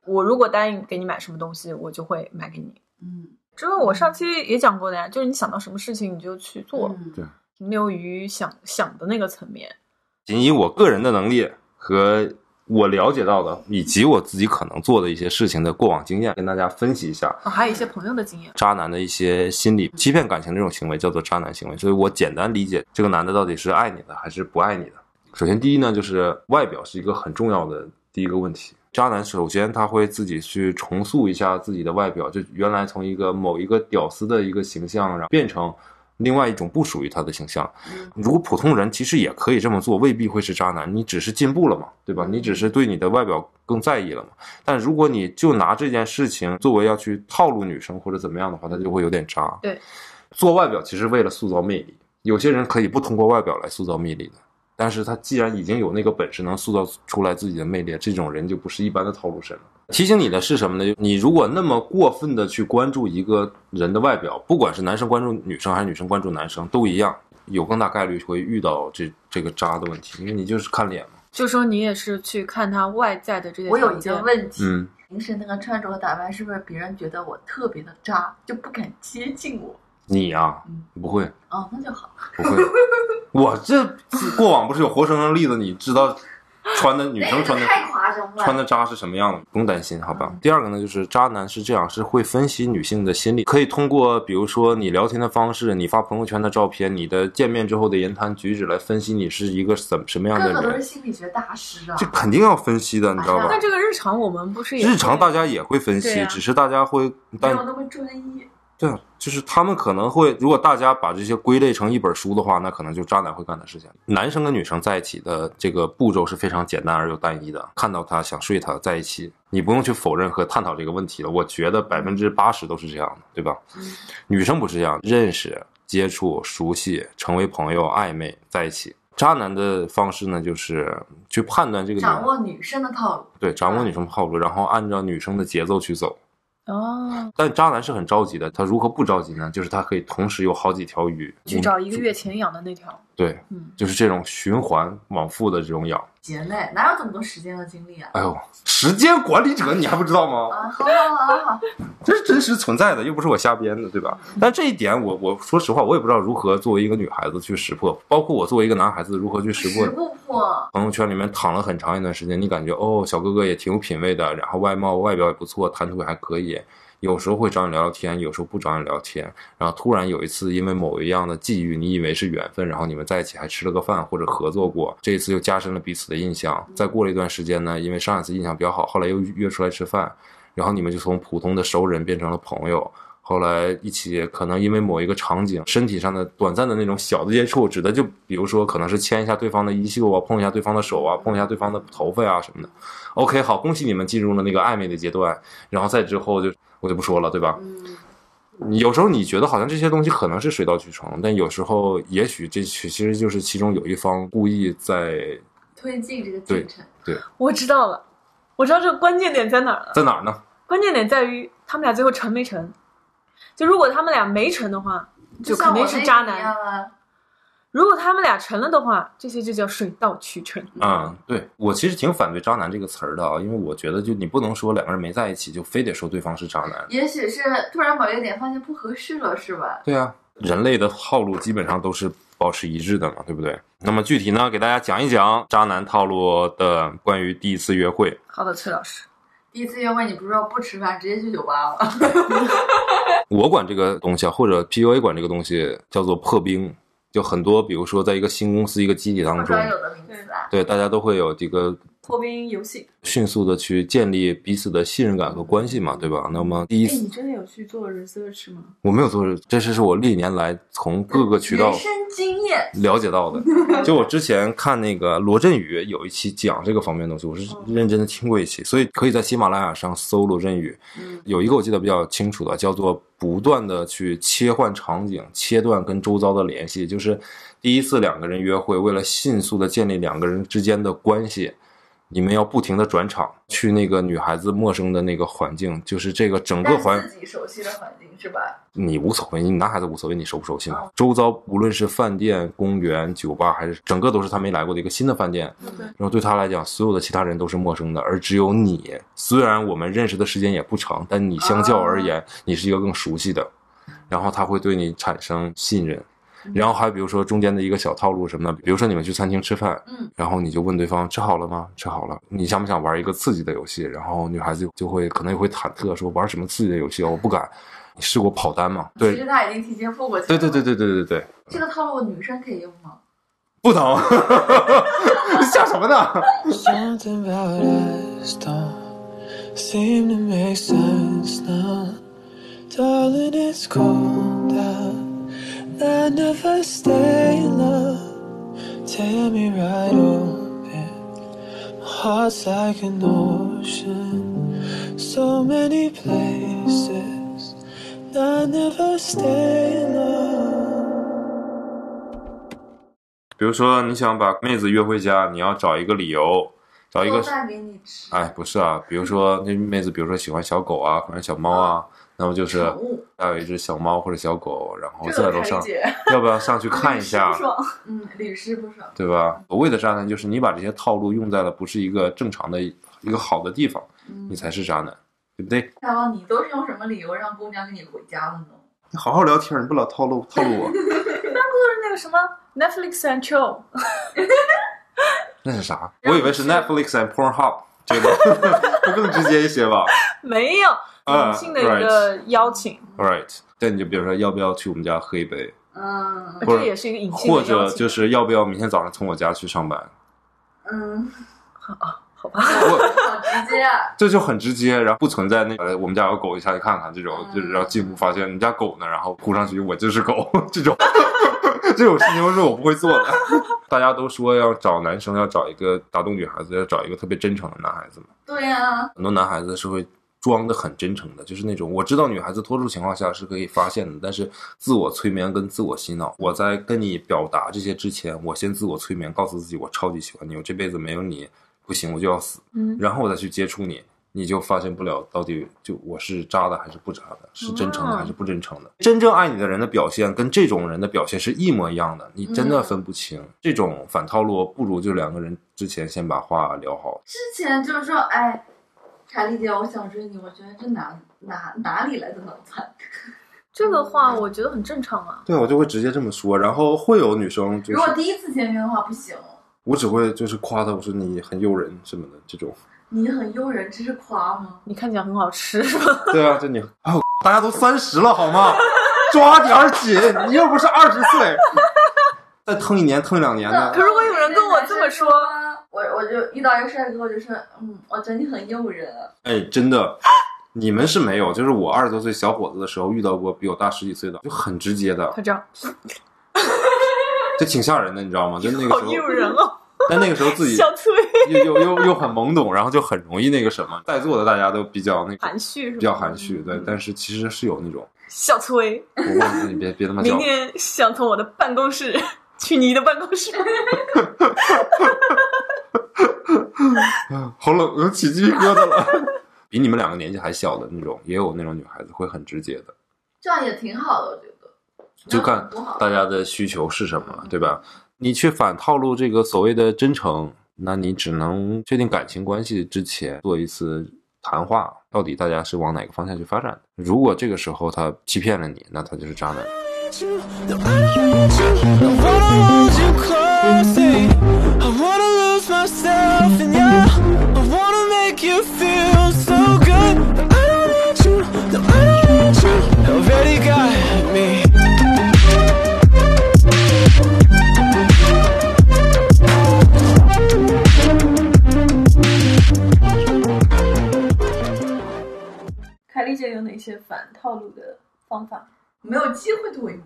Speaker 1: 我如果答应给你买什么东西，我就会买给你。
Speaker 2: 嗯，
Speaker 1: 这个我上期也讲过的呀，就是你想到什么事情你就去做，
Speaker 2: 嗯
Speaker 3: 对
Speaker 1: 停留于想想的那个层面。
Speaker 3: 仅以我个人的能力和我了解到的，以及我自己可能做的一些事情的过往经验，跟大家分析一下
Speaker 1: 啊，还有一些朋友的经验，
Speaker 3: 渣男的一些心理，欺骗感情这种行为叫做渣男行为。所以我简单理解这个男的到底是爱你的还是不爱你的。首先，第一呢，就是外表是一个很重要的第一个问题。渣男首先他会自己去重塑一下自己的外表，就原来从一个某一个屌丝的一个形象，然后变成另外一种不属于他的形象。如果普通人其实也可以这么做，未必会是渣男，你只是进步了嘛，对吧？你只是对你的外表更在意了嘛。但如果你就拿这件事情作为要去套路女生或者怎么样的话，他就会有点渣。
Speaker 1: 对。
Speaker 3: 做外表其实为了塑造魅力，有些人可以不通过外表来塑造魅力的，但是他既然已经有那个本事能塑造出来自己的魅力，这种人就不是一般的套路深了。提醒你的是什么呢？你如果那么过分的去关注一个人的外表，不管是男生关注女生还是女生关注男生，都一样，有更大概率会遇到这这个渣的问题，因为你就是看脸嘛。
Speaker 1: 就说你也是去看他外在的这些
Speaker 2: 我有
Speaker 1: 条
Speaker 2: 一
Speaker 1: 件
Speaker 2: 个，问题，
Speaker 3: 嗯，
Speaker 2: 平时那个穿着和打扮，是不是别人觉得我特别的渣，就不敢接近我？
Speaker 3: 你呀、
Speaker 2: 嗯
Speaker 3: 不会，
Speaker 2: 哦，那就好。
Speaker 3: 不会， 我这过往不是有活生生例子，你知道穿的女生穿的
Speaker 2: 太夸张了，
Speaker 3: 穿的渣是什么样的，不用担心，好吧？
Speaker 2: 嗯
Speaker 3: 第二个呢，就是渣男是这样，是会分析女性的心理，可以通过比如说你聊天的方式、你发朋友圈的照片、你的见面之后的言谈举止来分析你是一个怎什么样
Speaker 2: 个
Speaker 3: 的
Speaker 2: 个都是
Speaker 3: 人，
Speaker 2: 心理学大师啊
Speaker 3: 这。肯定要分析的，你知道吧
Speaker 2: 哎
Speaker 1: 但？这个日常我们不是也
Speaker 3: 日常
Speaker 1: 会
Speaker 3: 大家也会分析，
Speaker 1: 对啊
Speaker 3: 只是大家会，
Speaker 2: 没
Speaker 3: 但
Speaker 2: 有那么专一，
Speaker 3: 对啊，就是他们可能会，如果大家把这些归类成一本书的话，那可能就渣男会干的事情。男生跟女生在一起的这个步骤是非常简单而又单一的，看到他想睡他在一起，你不用去否认和探讨这个问题了。我觉得百分之八十都是这样的，对吧？
Speaker 2: 嗯
Speaker 3: 女生不是这样，认识、接触、熟悉、成为朋友、暧昧、在一起。渣男的方式呢，就是去判断这个女
Speaker 2: 掌握嗯女生的套路。
Speaker 3: 对掌握女生的套路，然后按照女生的节奏去走。
Speaker 2: 嗯
Speaker 1: 哦，
Speaker 3: 但渣男是很着急的，他如何不着急呢？就是他可以同时有好几条鱼，嗯
Speaker 1: 去找一个月前养的那条，
Speaker 3: 对，
Speaker 1: 嗯
Speaker 3: 就是这种循环往复的这种养。
Speaker 2: 姐妹哪有这么多时间和精力啊？
Speaker 3: 哎呦，时间管理者你还不知道吗？
Speaker 2: 啊，好好好好好，
Speaker 3: 这是真实存在的，又不是我瞎编的，对吧？但这一点我，我说实话，我也不知道如何作为一个女孩子去识破，包括我作为一个男孩子如何去识破
Speaker 2: 识。不破，
Speaker 3: 朋友圈里面躺了很长一段时间，你感觉哦，小哥哥也挺有品味的，然后外貌外表也不错，谈吐也还可以，有时候会找你聊聊天，有时候不找你聊天，然后突然有一次因为某一样的际遇，你以为是缘分，然后你们在一起还吃了个饭或者合作过，这一次又加深了彼此的印象。再过了一段时间呢，因为上一次印象比较好，后来又约出来吃饭，然后你们就从普通的熟人变成了朋友。后来一起可能因为某一个场景，身体上的短暂的那种小的接触，指的就比如说可能是牵一下对方的衣袖啊，碰一下对方的手啊，碰一下对方的头发啊什么的。OK，好，恭喜你们进入了那个暧昧的阶段，然后再之后就我就不说了，对吧？
Speaker 2: 嗯，
Speaker 3: 有时候你觉得好像这些东西可能是水到渠成，但有时候也许这其其实就是其中有一方故意在
Speaker 2: 推进这个进程。
Speaker 1: 我知道了，我知道这个关键点在哪儿了。
Speaker 3: 在哪儿呢？
Speaker 1: 关键点在于他们俩最后成没成。就如果他们俩没成的话，就肯定是渣
Speaker 2: 就像我那个一
Speaker 1: 男；
Speaker 2: 样啊。
Speaker 1: 如果他们俩成了的话，这些就叫水到渠成。
Speaker 3: 嗯，对我其实挺反对“渣男”这个词儿的啊，因为我觉得就你不能说两个人没在一起就非得说对方是渣男。
Speaker 2: 也许是突然某一个点发现不合适了，是吧？
Speaker 3: 对啊，人类的套路基本上都是保持一致的嘛，对不对？那么具体呢，给大家讲一讲渣男套路的关于第一次约会。
Speaker 1: 好的，崔老师，
Speaker 2: 第一次约会，你不是说不吃饭，直接去酒 吧了？
Speaker 3: 我管这个东西啊，或者 PUA 管这个东西叫做破冰，就很多，比如说在一个新公司、一个集体当
Speaker 2: 不
Speaker 3: 中，
Speaker 2: 专有的名词啊。
Speaker 3: 对大家都会有这个
Speaker 1: 破冰游戏，
Speaker 3: 迅速的去建立彼此的信任感和关系嘛，对吧？那么第一
Speaker 7: 哎，
Speaker 3: 次
Speaker 7: 你真的有去做 research 吗？
Speaker 3: 我没有做，这是是我历年来从各个渠道
Speaker 2: 人生经验，
Speaker 3: 了解到的。就我之前看那个罗振宇有一期讲这个方面的东西，我是认真的听过一期，所以可以在喜马拉雅上搜罗振宇。有一个我记得比较清楚的，叫做不断的去切换场景，切断跟周遭的联系。就是第一次两个人约会，为了迅速的建立两个人之间的关系。你们要不停的转场，去那个女孩子陌生的那个环境，就是这个整个环
Speaker 2: 但自己熟悉的环境是吧？
Speaker 3: 你无所谓，你男孩子无所谓，你熟不熟悉嘛？周遭无论是饭店、公园、酒吧，还是整个都是他没来过的一个新的饭店。然后对他来讲，所有的其他人都是陌生的，而只有你，虽然我们认识的时间也不长，但你相较而言，你是一个更熟悉的。然后他会对你产生信任。然后还比如说中间的一个小套路什么的，比如说你们去餐厅吃饭，
Speaker 2: 嗯，
Speaker 3: 然后你就问对方吃好了吗？吃好了，你想不想玩一个刺激的游戏？然后女孩子就会可能也会忐忑说玩什么刺激的游戏啊？我不敢。你试过跑单吗？
Speaker 2: 其实
Speaker 3: 对，
Speaker 2: 他已经提前付过钱。
Speaker 3: 对对对。对对对对，
Speaker 2: 这个套路女生可以用吗？
Speaker 3: 不能， 笑什么呢？
Speaker 5: Something about us don't seem to make sense now. Darling, it's cold out. I never stay in love. Tear me right open. My heart's like an ocean. So many places. I never stay alone.
Speaker 3: 比如说你想把妹子约回家，你要找一个理由，找一个
Speaker 2: 做饭给你吃。
Speaker 3: 哎，不是啊，比如说那妹子，比如说喜欢小狗啊，或者小猫啊，那么就是
Speaker 2: 哦宠物
Speaker 3: 还有一只小猫或者小狗，然后
Speaker 7: 这
Speaker 3: 在
Speaker 7: 个
Speaker 3: 楼
Speaker 7: 开
Speaker 3: 上，
Speaker 7: 解，
Speaker 3: 要不要上去看一 下
Speaker 7: 不？爽。
Speaker 2: 嗯，屡试不爽。
Speaker 3: 对吧？所谓的渣男，就是你把这些套路用在了不是一个正常的一个好的地方，
Speaker 1: 嗯
Speaker 3: 你才是渣男，对不对？
Speaker 2: 大王，你都是用什么理由让姑娘跟你回家了呢？
Speaker 3: 你好好聊天，你不老套路套路我，
Speaker 1: 就是那个什么 Netflix and Chill，
Speaker 3: 那是啥？我以为是 Netflix and Pornhub，这个不更直接一些吧
Speaker 1: 没有
Speaker 3: 啊
Speaker 1: 隐性的一个邀请，
Speaker 3: ？All right，但你就比如说要不要去我们家喝一杯，
Speaker 2: 嗯
Speaker 3: 或者
Speaker 1: 这也是一个隐性
Speaker 3: 或
Speaker 1: 的邀
Speaker 3: 者
Speaker 1: 请。
Speaker 3: 就是要不要明天早上从我家去上班？
Speaker 2: 嗯，
Speaker 3: 我
Speaker 2: 好直接啊！
Speaker 3: 这就很直接，然后不存在那个呃我们家有狗，你下去看看这种，
Speaker 2: 嗯
Speaker 3: 就是然后进屋发现你家狗呢，然后扑上去我就是狗 这种，这种事情是我不会做的。 大家都说要找男生要找一个打动女孩子，要找一个特别真诚的男孩子嘛，
Speaker 2: 对啊呀、
Speaker 3: 很多男孩子是会。装的很真诚的，就是那种我知道女孩子多数情况下是可以发现的，但是自我催眠跟自我洗脑，我在跟你表达这些之前，我先自我催眠，告诉自己我超级喜欢你，我这辈子没有你不行，我就要死。
Speaker 1: 嗯，
Speaker 3: 然后我再去接触你，你就发现不了到底就我是渣的还是不渣的，是真诚的还是不真诚的。真正爱你的人的表现跟这种人的表现是一模一样的，你真的分不清。这种反套路，不如就两个人之前先把话聊好。
Speaker 2: 之前就是说，哎，查理姐，我想追你，我觉得这哪哪哪里来的脑残？
Speaker 1: 这个话我觉得很正常啊。
Speaker 3: 对，我就会直接这么说，然后会有女生就
Speaker 2: 如果
Speaker 3: 是
Speaker 2: 第一次见面的话，不行，
Speaker 3: 我只会就是夸她，我说你很诱人什么的这种。
Speaker 2: 你很诱人，这是夸吗？
Speaker 1: 你看起来很好吃，是吧？
Speaker 3: 对啊，就你，哎呦，大家都三十了好吗？抓点儿紧，你又不是二十岁，再腾一年腾一两年的，
Speaker 1: 可是我有人跟我这么说
Speaker 2: 我我就遇到一个帅哥，我就说，嗯，我觉得你很诱人。
Speaker 3: 哎，真的，你们是没有，就是我二十多岁小伙子的时候遇到过比我大十几岁的，就很直接的，
Speaker 1: 他这样
Speaker 3: 就挺吓人的，你知道吗？就那个
Speaker 1: 好
Speaker 3: 时
Speaker 1: 诱
Speaker 3: 候，
Speaker 1: 人哦，
Speaker 3: 但那个时候 自己
Speaker 1: 小 崔
Speaker 3: 又又又又很懵懂，然后就很容易那个什么，在座的大家都比较那个
Speaker 1: 含蓄是吧？
Speaker 3: 比较含蓄，对，但是其实是有那种，
Speaker 1: 小崔，
Speaker 3: 我忘了你别别他妈
Speaker 1: 明
Speaker 3: 叫 我，
Speaker 1: 天想从我的办公室去你的办公室，
Speaker 3: 好冷，我起鸡皮疙瘩了。比你们两个年纪还小的那种，也有那种女孩子会很直接的。
Speaker 2: 这样也挺好的，我觉得。
Speaker 3: 就看
Speaker 2: 多好。啊
Speaker 3: 大家的需求是什么，对吧？你去反套路这个所谓的真诚，那你只能确定感情关系之前做一次谈话，到底大家是往哪个方向去发展的。如果这个时候他欺骗了你，那他就是渣男。
Speaker 5: No, I don't want you. No, I don't want you close. eh? I wanna lose myself in you. I wanna make you feel so good. No, I don't need you. No, I don't need you. You Already got me.
Speaker 7: 嗯 凯丽姐有哪些反套路的方法？
Speaker 2: 没有机会对你。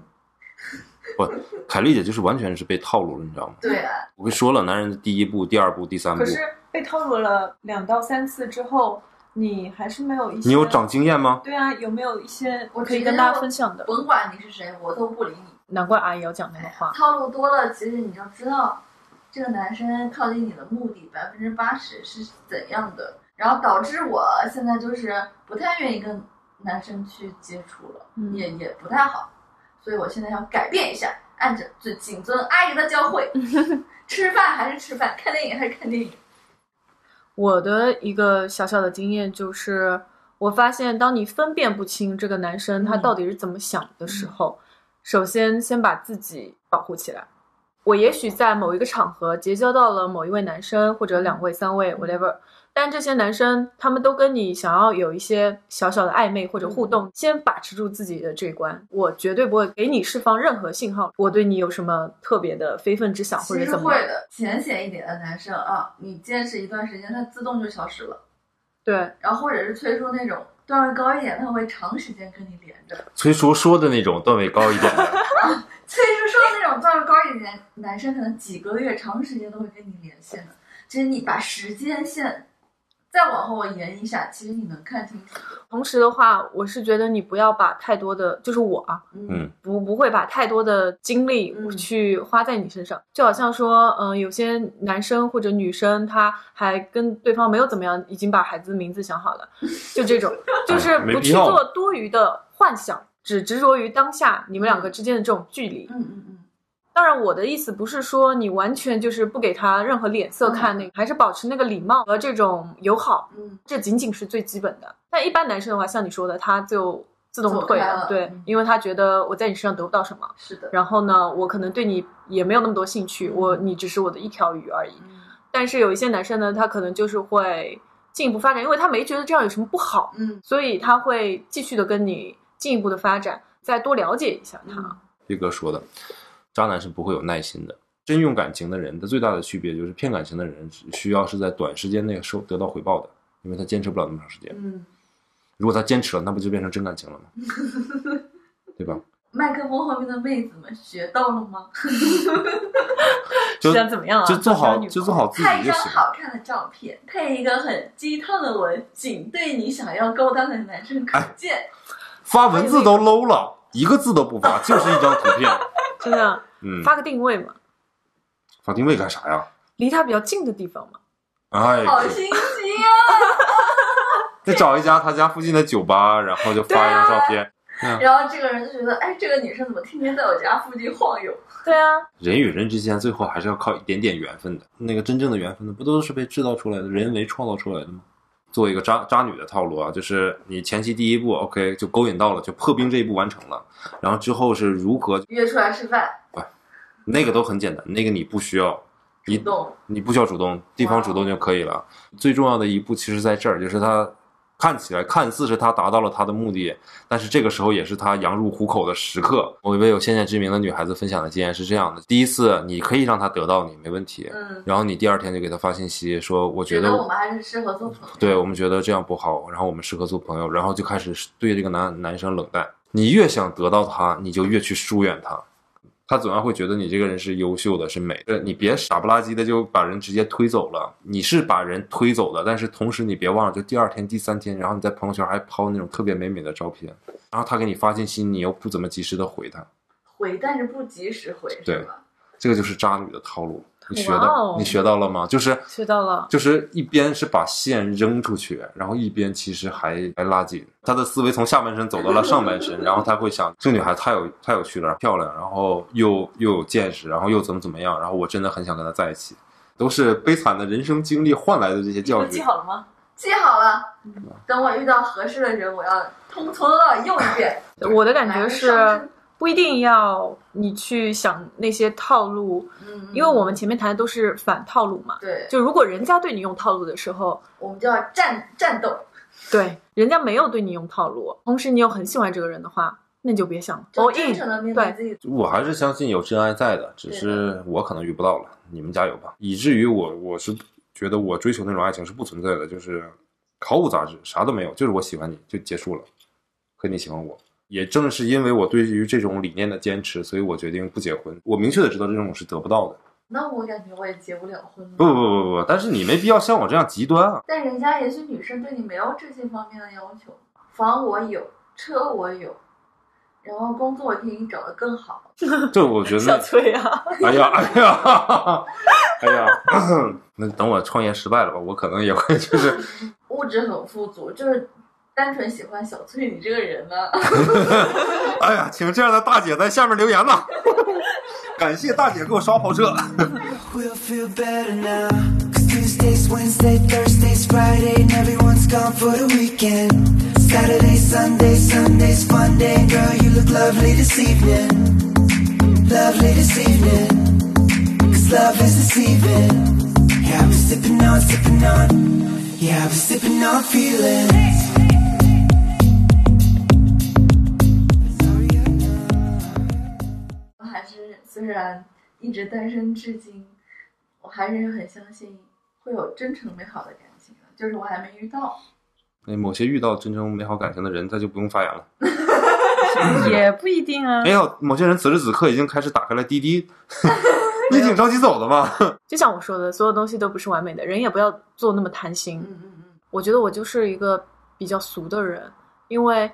Speaker 3: 不，凯丽姐就是完全是被套路了，你知道吗？
Speaker 2: 对啊，
Speaker 3: 我跟你说了，男人的第一步、第二步、第三步
Speaker 7: 可，是被套路了两到三次之后，你还是没有一些
Speaker 3: 你有长经验吗？
Speaker 7: 对啊，有没有一些
Speaker 2: 我
Speaker 1: 可以
Speaker 2: 觉
Speaker 1: 跟
Speaker 2: 得
Speaker 1: 大家分享的。
Speaker 2: 甭管你是谁，我都不理你。
Speaker 1: 难怪阿姨要讲那个话，
Speaker 2: 套路多了，其实你就知道这个男生靠近你的目的百分之八十是怎样的，然后导致我现在就是不太愿意跟男生去接触了，
Speaker 1: 嗯
Speaker 2: 也也不太好，所以我现在要改变一下，按着遵谨遵阿姨的教诲， 吃饭还是吃饭，看电影还是看电影，
Speaker 1: 我的一个小小的经验就是，我发现当你分辨不清这个男生他
Speaker 2: 嗯
Speaker 1: 到底是怎么想的时候，首先先把自己保护起来。我也许在某一个场合结交到了某一位男生或者两
Speaker 2: 嗯
Speaker 1: 位、三位，whatever，但这些男生他们都跟你想要有一些小小的暧昧或者
Speaker 2: 嗯
Speaker 1: 互动，先把持住自己的这一关。我绝对不会给你释放任何信号，我对你有什么特别的非分之想啊或
Speaker 2: 其
Speaker 1: 者
Speaker 2: 实
Speaker 1: 怎么
Speaker 2: 会
Speaker 1: 样。
Speaker 2: 的。浅显一点的男生啊，你坚持一段时间，他自动就消失了，
Speaker 1: 对，
Speaker 2: 然后或者是催出那种段位高一点，他会长时间跟你连着。
Speaker 3: 崔叔说的那种段位高一点的，
Speaker 2: 所以说，说到那种段位高一点的男生，可能几个月、长时间都会跟你连线的，就是你把时间线再往后我延一下，其实你能看清楚。
Speaker 1: 同时的话，我是觉得你不要把太多的，就是我啊，
Speaker 3: 嗯
Speaker 1: 不不会把太多的精力
Speaker 2: 嗯
Speaker 1: 去花在你身上。就好像说，嗯、有些男生或者女生，他还跟对方没有怎么样，已经把孩子名字想好了，就这 种，就是
Speaker 3: 哎没
Speaker 1: 不
Speaker 3: 必
Speaker 1: 去
Speaker 3: 要
Speaker 1: 做多余的幻想，只执着于当下你们两个之间的这种距离。
Speaker 2: 嗯嗯嗯，
Speaker 1: 当然，我的意思不是说你完全就是不给他任何脸色看，那个、还是保持那个礼貌和这种友好，
Speaker 2: 嗯，
Speaker 1: 这仅仅是最基本的。但一般男生的话，像你说的，他就自动退
Speaker 2: 走开了
Speaker 1: 对
Speaker 2: 嗯，
Speaker 1: 因为他觉得我在你身上得不到什么，
Speaker 2: 是的。
Speaker 1: 然后呢，我可能对你也没有那么多兴趣，我你只是我的一条鱼而已。但是有一些男生呢，他可能就是会进一步发展，因为他没觉得这样有什么不好，
Speaker 2: 嗯
Speaker 1: 所以他会继续的跟你进一步的发展，再多了解一下他。
Speaker 2: 嗯
Speaker 3: 毕哥说的，渣男是不会有耐心的。真用感情的人，他最大的区别就是骗感情的人只需要是在短时间内收得到回报的，因为他坚持不了那么长时间。
Speaker 2: 嗯，
Speaker 3: 如果他坚持了，那不就变成真感情了吗？ 对吧？
Speaker 2: 麦克风后面的妹子们学到了吗？
Speaker 3: 就
Speaker 1: 现在怎么样啊？
Speaker 3: 就做
Speaker 1: 当
Speaker 3: 好
Speaker 1: 渣女
Speaker 3: 就
Speaker 1: 吗
Speaker 3: 做好自
Speaker 2: 拍
Speaker 3: 己
Speaker 2: 一
Speaker 3: 就
Speaker 2: 张
Speaker 3: 行。
Speaker 2: 好看的照片，配一个很鸡汤的文，仅对你想要勾搭的男生可
Speaker 3: 哎
Speaker 2: 见。
Speaker 3: 发文字都 low 了，一个字都不发，就是一张图片。
Speaker 1: 真的
Speaker 3: 嗯，
Speaker 1: 发个定位嘛，
Speaker 3: 发定位干啥呀？
Speaker 1: 离他比较近的地方嘛。
Speaker 3: 哎，
Speaker 2: 好心机啊！
Speaker 3: 再找一家他家附近的酒吧，然后就发一张照片。
Speaker 2: 然后这个人就觉得，哎，这个女生怎么天天在我家附近晃悠？
Speaker 1: 对啊，
Speaker 3: 人与人之间最后还是要靠一点点缘分的。那个真正的缘分呢，不都是被制造出来的、人为创造出来的吗？做一个渣渣女的套路啊，就是你前期第一步 OK 就勾引到了，就破冰这一步完成了，然后之后是如何
Speaker 2: 约出来吃饭，
Speaker 3: 那个都很简单，那个你不需要，你
Speaker 2: 主动。
Speaker 3: 你不需要主动，对方主动就可以了。最重要的一步其实在这儿，就是他看起来看似是他达到了他的目的，但是这个时候也是他羊入虎口的时刻。我为有先见之明的女孩子分享的经验是这样的：第一次你可以让她得到你，没问题。
Speaker 2: 嗯，
Speaker 3: 然后你第二天就给她发信息说，我觉
Speaker 2: 觉
Speaker 3: 得
Speaker 2: 得我们还是适合做朋友。
Speaker 3: 对我们觉得这样不好，然后我们适合做朋友，然后就开始对这个男男生冷淡。你越想得到他，你就越去疏远他，他总要会觉得你这个人是优秀的，是美的。你别傻不拉几的就把人直接推走了，你是把人推走的，但是同时你别忘了，就第二天、第三天，然后你在朋友圈还抛那种特别美美的照片，然后他给你发信息，你又不怎么及时的回他，
Speaker 2: 回，但是不及时回，是
Speaker 3: 对
Speaker 2: 吧？
Speaker 3: 这个就是渣女的套路。你学
Speaker 1: 哇
Speaker 3: 到
Speaker 1: 哦
Speaker 3: 你学到了吗？就是
Speaker 1: 学到了。
Speaker 3: 就是一边是把线扔出去，然后一边其实还还拉紧。他的思维从下半身走到了上半身，然后他会想，这女孩太有太有趣了，漂亮，然后又又有见识，然后又怎么怎么样，然后我真的很想跟她在一起。都是悲惨的人生经历换来的这些教
Speaker 7: 都
Speaker 3: 训
Speaker 7: 记，好了吗？
Speaker 2: 记好了，等我遇到合适的人，我要通从头到尾用一遍。
Speaker 3: 对
Speaker 1: 我的感觉
Speaker 2: 来上
Speaker 1: 是不一定要你去想那些套路，
Speaker 2: 嗯，
Speaker 1: 因为我们前面谈的都是反套路嘛。
Speaker 2: 对，
Speaker 1: 就如果人家对你用套路的时候，
Speaker 2: 我们就要战战斗，
Speaker 1: 对人家没有对你用套路，同时你又很喜欢这个人的话，那你就别想了
Speaker 2: 就
Speaker 1: all
Speaker 2: 真诚
Speaker 1: in。
Speaker 2: 的面
Speaker 1: 对
Speaker 2: 自己。
Speaker 3: 我还是相信有真爱在的，只是我可能遇不到了，你们加油吧。以至于我我是觉得我追求那种爱情是不存在的，就是毫无杂质，啥都没有，就是我喜欢你就结束了，和你喜欢我。也正是因为我对于这种理念的坚持，所以我决定不结婚。我明确的知道这种是得不到的，
Speaker 2: 那我感觉我也结不了婚了。
Speaker 3: 不不不不不，但是你没必要像我这样极端啊。
Speaker 2: 但人家也许女生对你没有这些方面的要求，房我有，车我有，然后工作也可以给你找的更好。
Speaker 3: 这我觉
Speaker 1: 小
Speaker 3: 得，
Speaker 1: 崔 啊，
Speaker 3: 哎呀哎呀， 哎呀，那等我创业失败了吧，我可能也会就是
Speaker 2: 物质很富足，就是单纯喜欢小翠你这个人呢、
Speaker 3: 哎呀，请这样的大姐在下面留言呐！ 感谢大姐给我刷跑车。
Speaker 5: We'll feel better now. Cause Tuesdays, Wednesday, Thursdays, Friday, and everyone's gone for the weekend. Saturday, Sunday, Sunday's fun day. Girl, you look lovely this evening. Lovely this evening. Cause love is deceiving. Yeah, I've been sipping on, sipping on. Yeah, I've been sipping on feelings. Sorry, I-
Speaker 2: 我还是虽然一直单身至今，我还是很相信会有真诚美好的感情的，就是我还没遇到。
Speaker 3: 那某些遇到真正美好感情的人，他就不用发言了。
Speaker 1: 也不一定啊
Speaker 3: 没。有，某些人此时此刻已经开始打开了滴滴， 你挺着急走的吗？
Speaker 1: 就像我说的，所有东西都不是完美的，人也不要做那么贪心。
Speaker 2: 嗯嗯嗯，
Speaker 1: 我觉得我就是一个比较俗的人，因为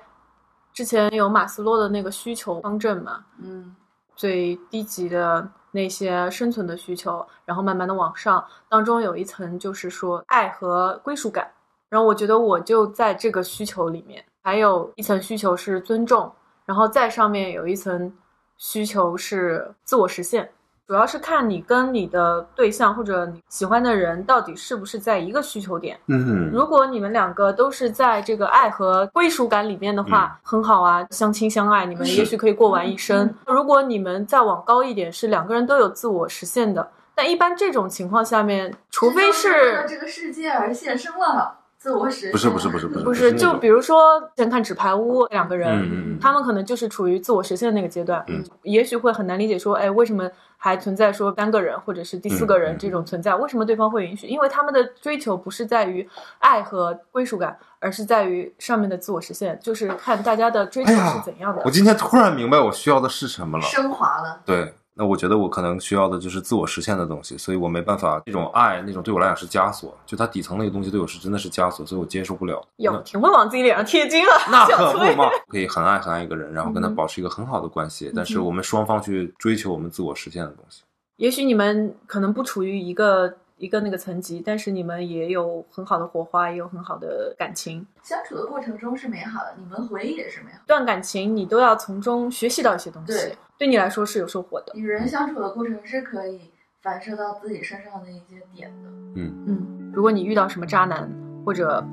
Speaker 1: 之前有马斯洛的那个需求方阵嘛，
Speaker 2: 嗯，
Speaker 1: 最低级的那些生存的需求，然后慢慢的往上，当中有一层就是说爱和归属感。然后我觉得我就在这个需求里面，还有一层需求是尊重，然后再上面有一层需求是自我实现。主要是看你跟你的对象或者你喜欢的人到底是不是在一个需求点。
Speaker 3: 嗯，
Speaker 1: 如果你们两个都是在这个爱和归属感里面的话，很好啊，相亲相爱，你们
Speaker 3: 嗯是嗯
Speaker 1: 也许可以过完一生。如果你们再往高一点，是两个人都有自我实现的。但一般这种情况下面，除非
Speaker 2: 为了
Speaker 1: 是
Speaker 2: 这个世界而献身了，自我实现。
Speaker 3: 不是不是不是不是
Speaker 1: 不是，
Speaker 3: 那
Speaker 1: 就
Speaker 3: 种
Speaker 1: 比如说之前看《纸牌屋》两个人，
Speaker 3: 嗯嗯嗯
Speaker 1: 他们可能就是处于自我实现的那个阶段，
Speaker 3: 嗯
Speaker 1: 也许会很难理解说，哎，为什么还存在说三个人或者是第四个
Speaker 3: 嗯嗯
Speaker 1: 人
Speaker 3: 嗯
Speaker 1: 这种存在？为什么对方会允许？因为他们的追求不是在于爱和归属感，而是在于上面的自我实现，就是看大家的追求
Speaker 3: 哎呀
Speaker 1: 是怎样的。
Speaker 3: 我今天突然明白我需要的是什么了。
Speaker 2: 升华了。
Speaker 3: 对，那我觉得我可能需要的就是自我实现的东西，所以我没办法，那种爱那种对我来讲是枷锁，就它底层那个东西对我是真的是枷锁，所以我接受不了。
Speaker 1: 有挺会往自己脸上贴金啊，
Speaker 3: 那
Speaker 1: 小
Speaker 3: 可不
Speaker 1: 崔
Speaker 3: 嘛， 可以很爱很爱一个人，然后跟他
Speaker 1: 嗯
Speaker 3: 保持一个很好的关系，但是我们双方去追求我们自我实现的东西。
Speaker 1: 也许你们可能不处于一个一个那个层级，但是你们也有很好的火花，也有很好的感情。
Speaker 2: 相处的过程中是美好的，你们回忆也是美好的。
Speaker 1: 段感情，你都要从中学习到一些东西，
Speaker 2: 对
Speaker 1: 对你来说是有收获的。
Speaker 2: 与人相处的过程是可以反射到自己身上的一些点的。
Speaker 1: 嗯，如果你遇到什么渣男或者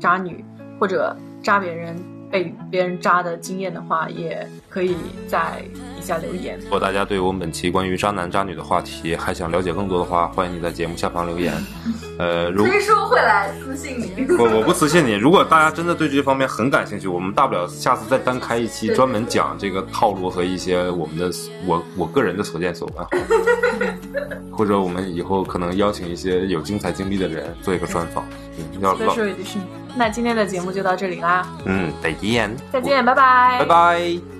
Speaker 1: 渣女或者渣别人被别人渣的经验的话，也可以在底下留言。
Speaker 3: 如果大家对我们本期关于渣男渣女的话题还想了解更多的话，欢迎你在节目下方 留言。呃，如
Speaker 2: 崔叔会来私信你，
Speaker 3: 不，我不私信你。如果大家真的对这方面很感兴趣，我们大不了下次再单开一期，专门讲这个套路和一些我们的我我个人的所见所闻， 或者我们以后可能邀请一些有精彩经历的人做一个专访。嗯，要
Speaker 1: 所以
Speaker 3: 老
Speaker 1: 说也就是，那今天的节目就到这里啦，
Speaker 3: 嗯，再见，
Speaker 1: 再见，拜拜，
Speaker 3: 拜拜。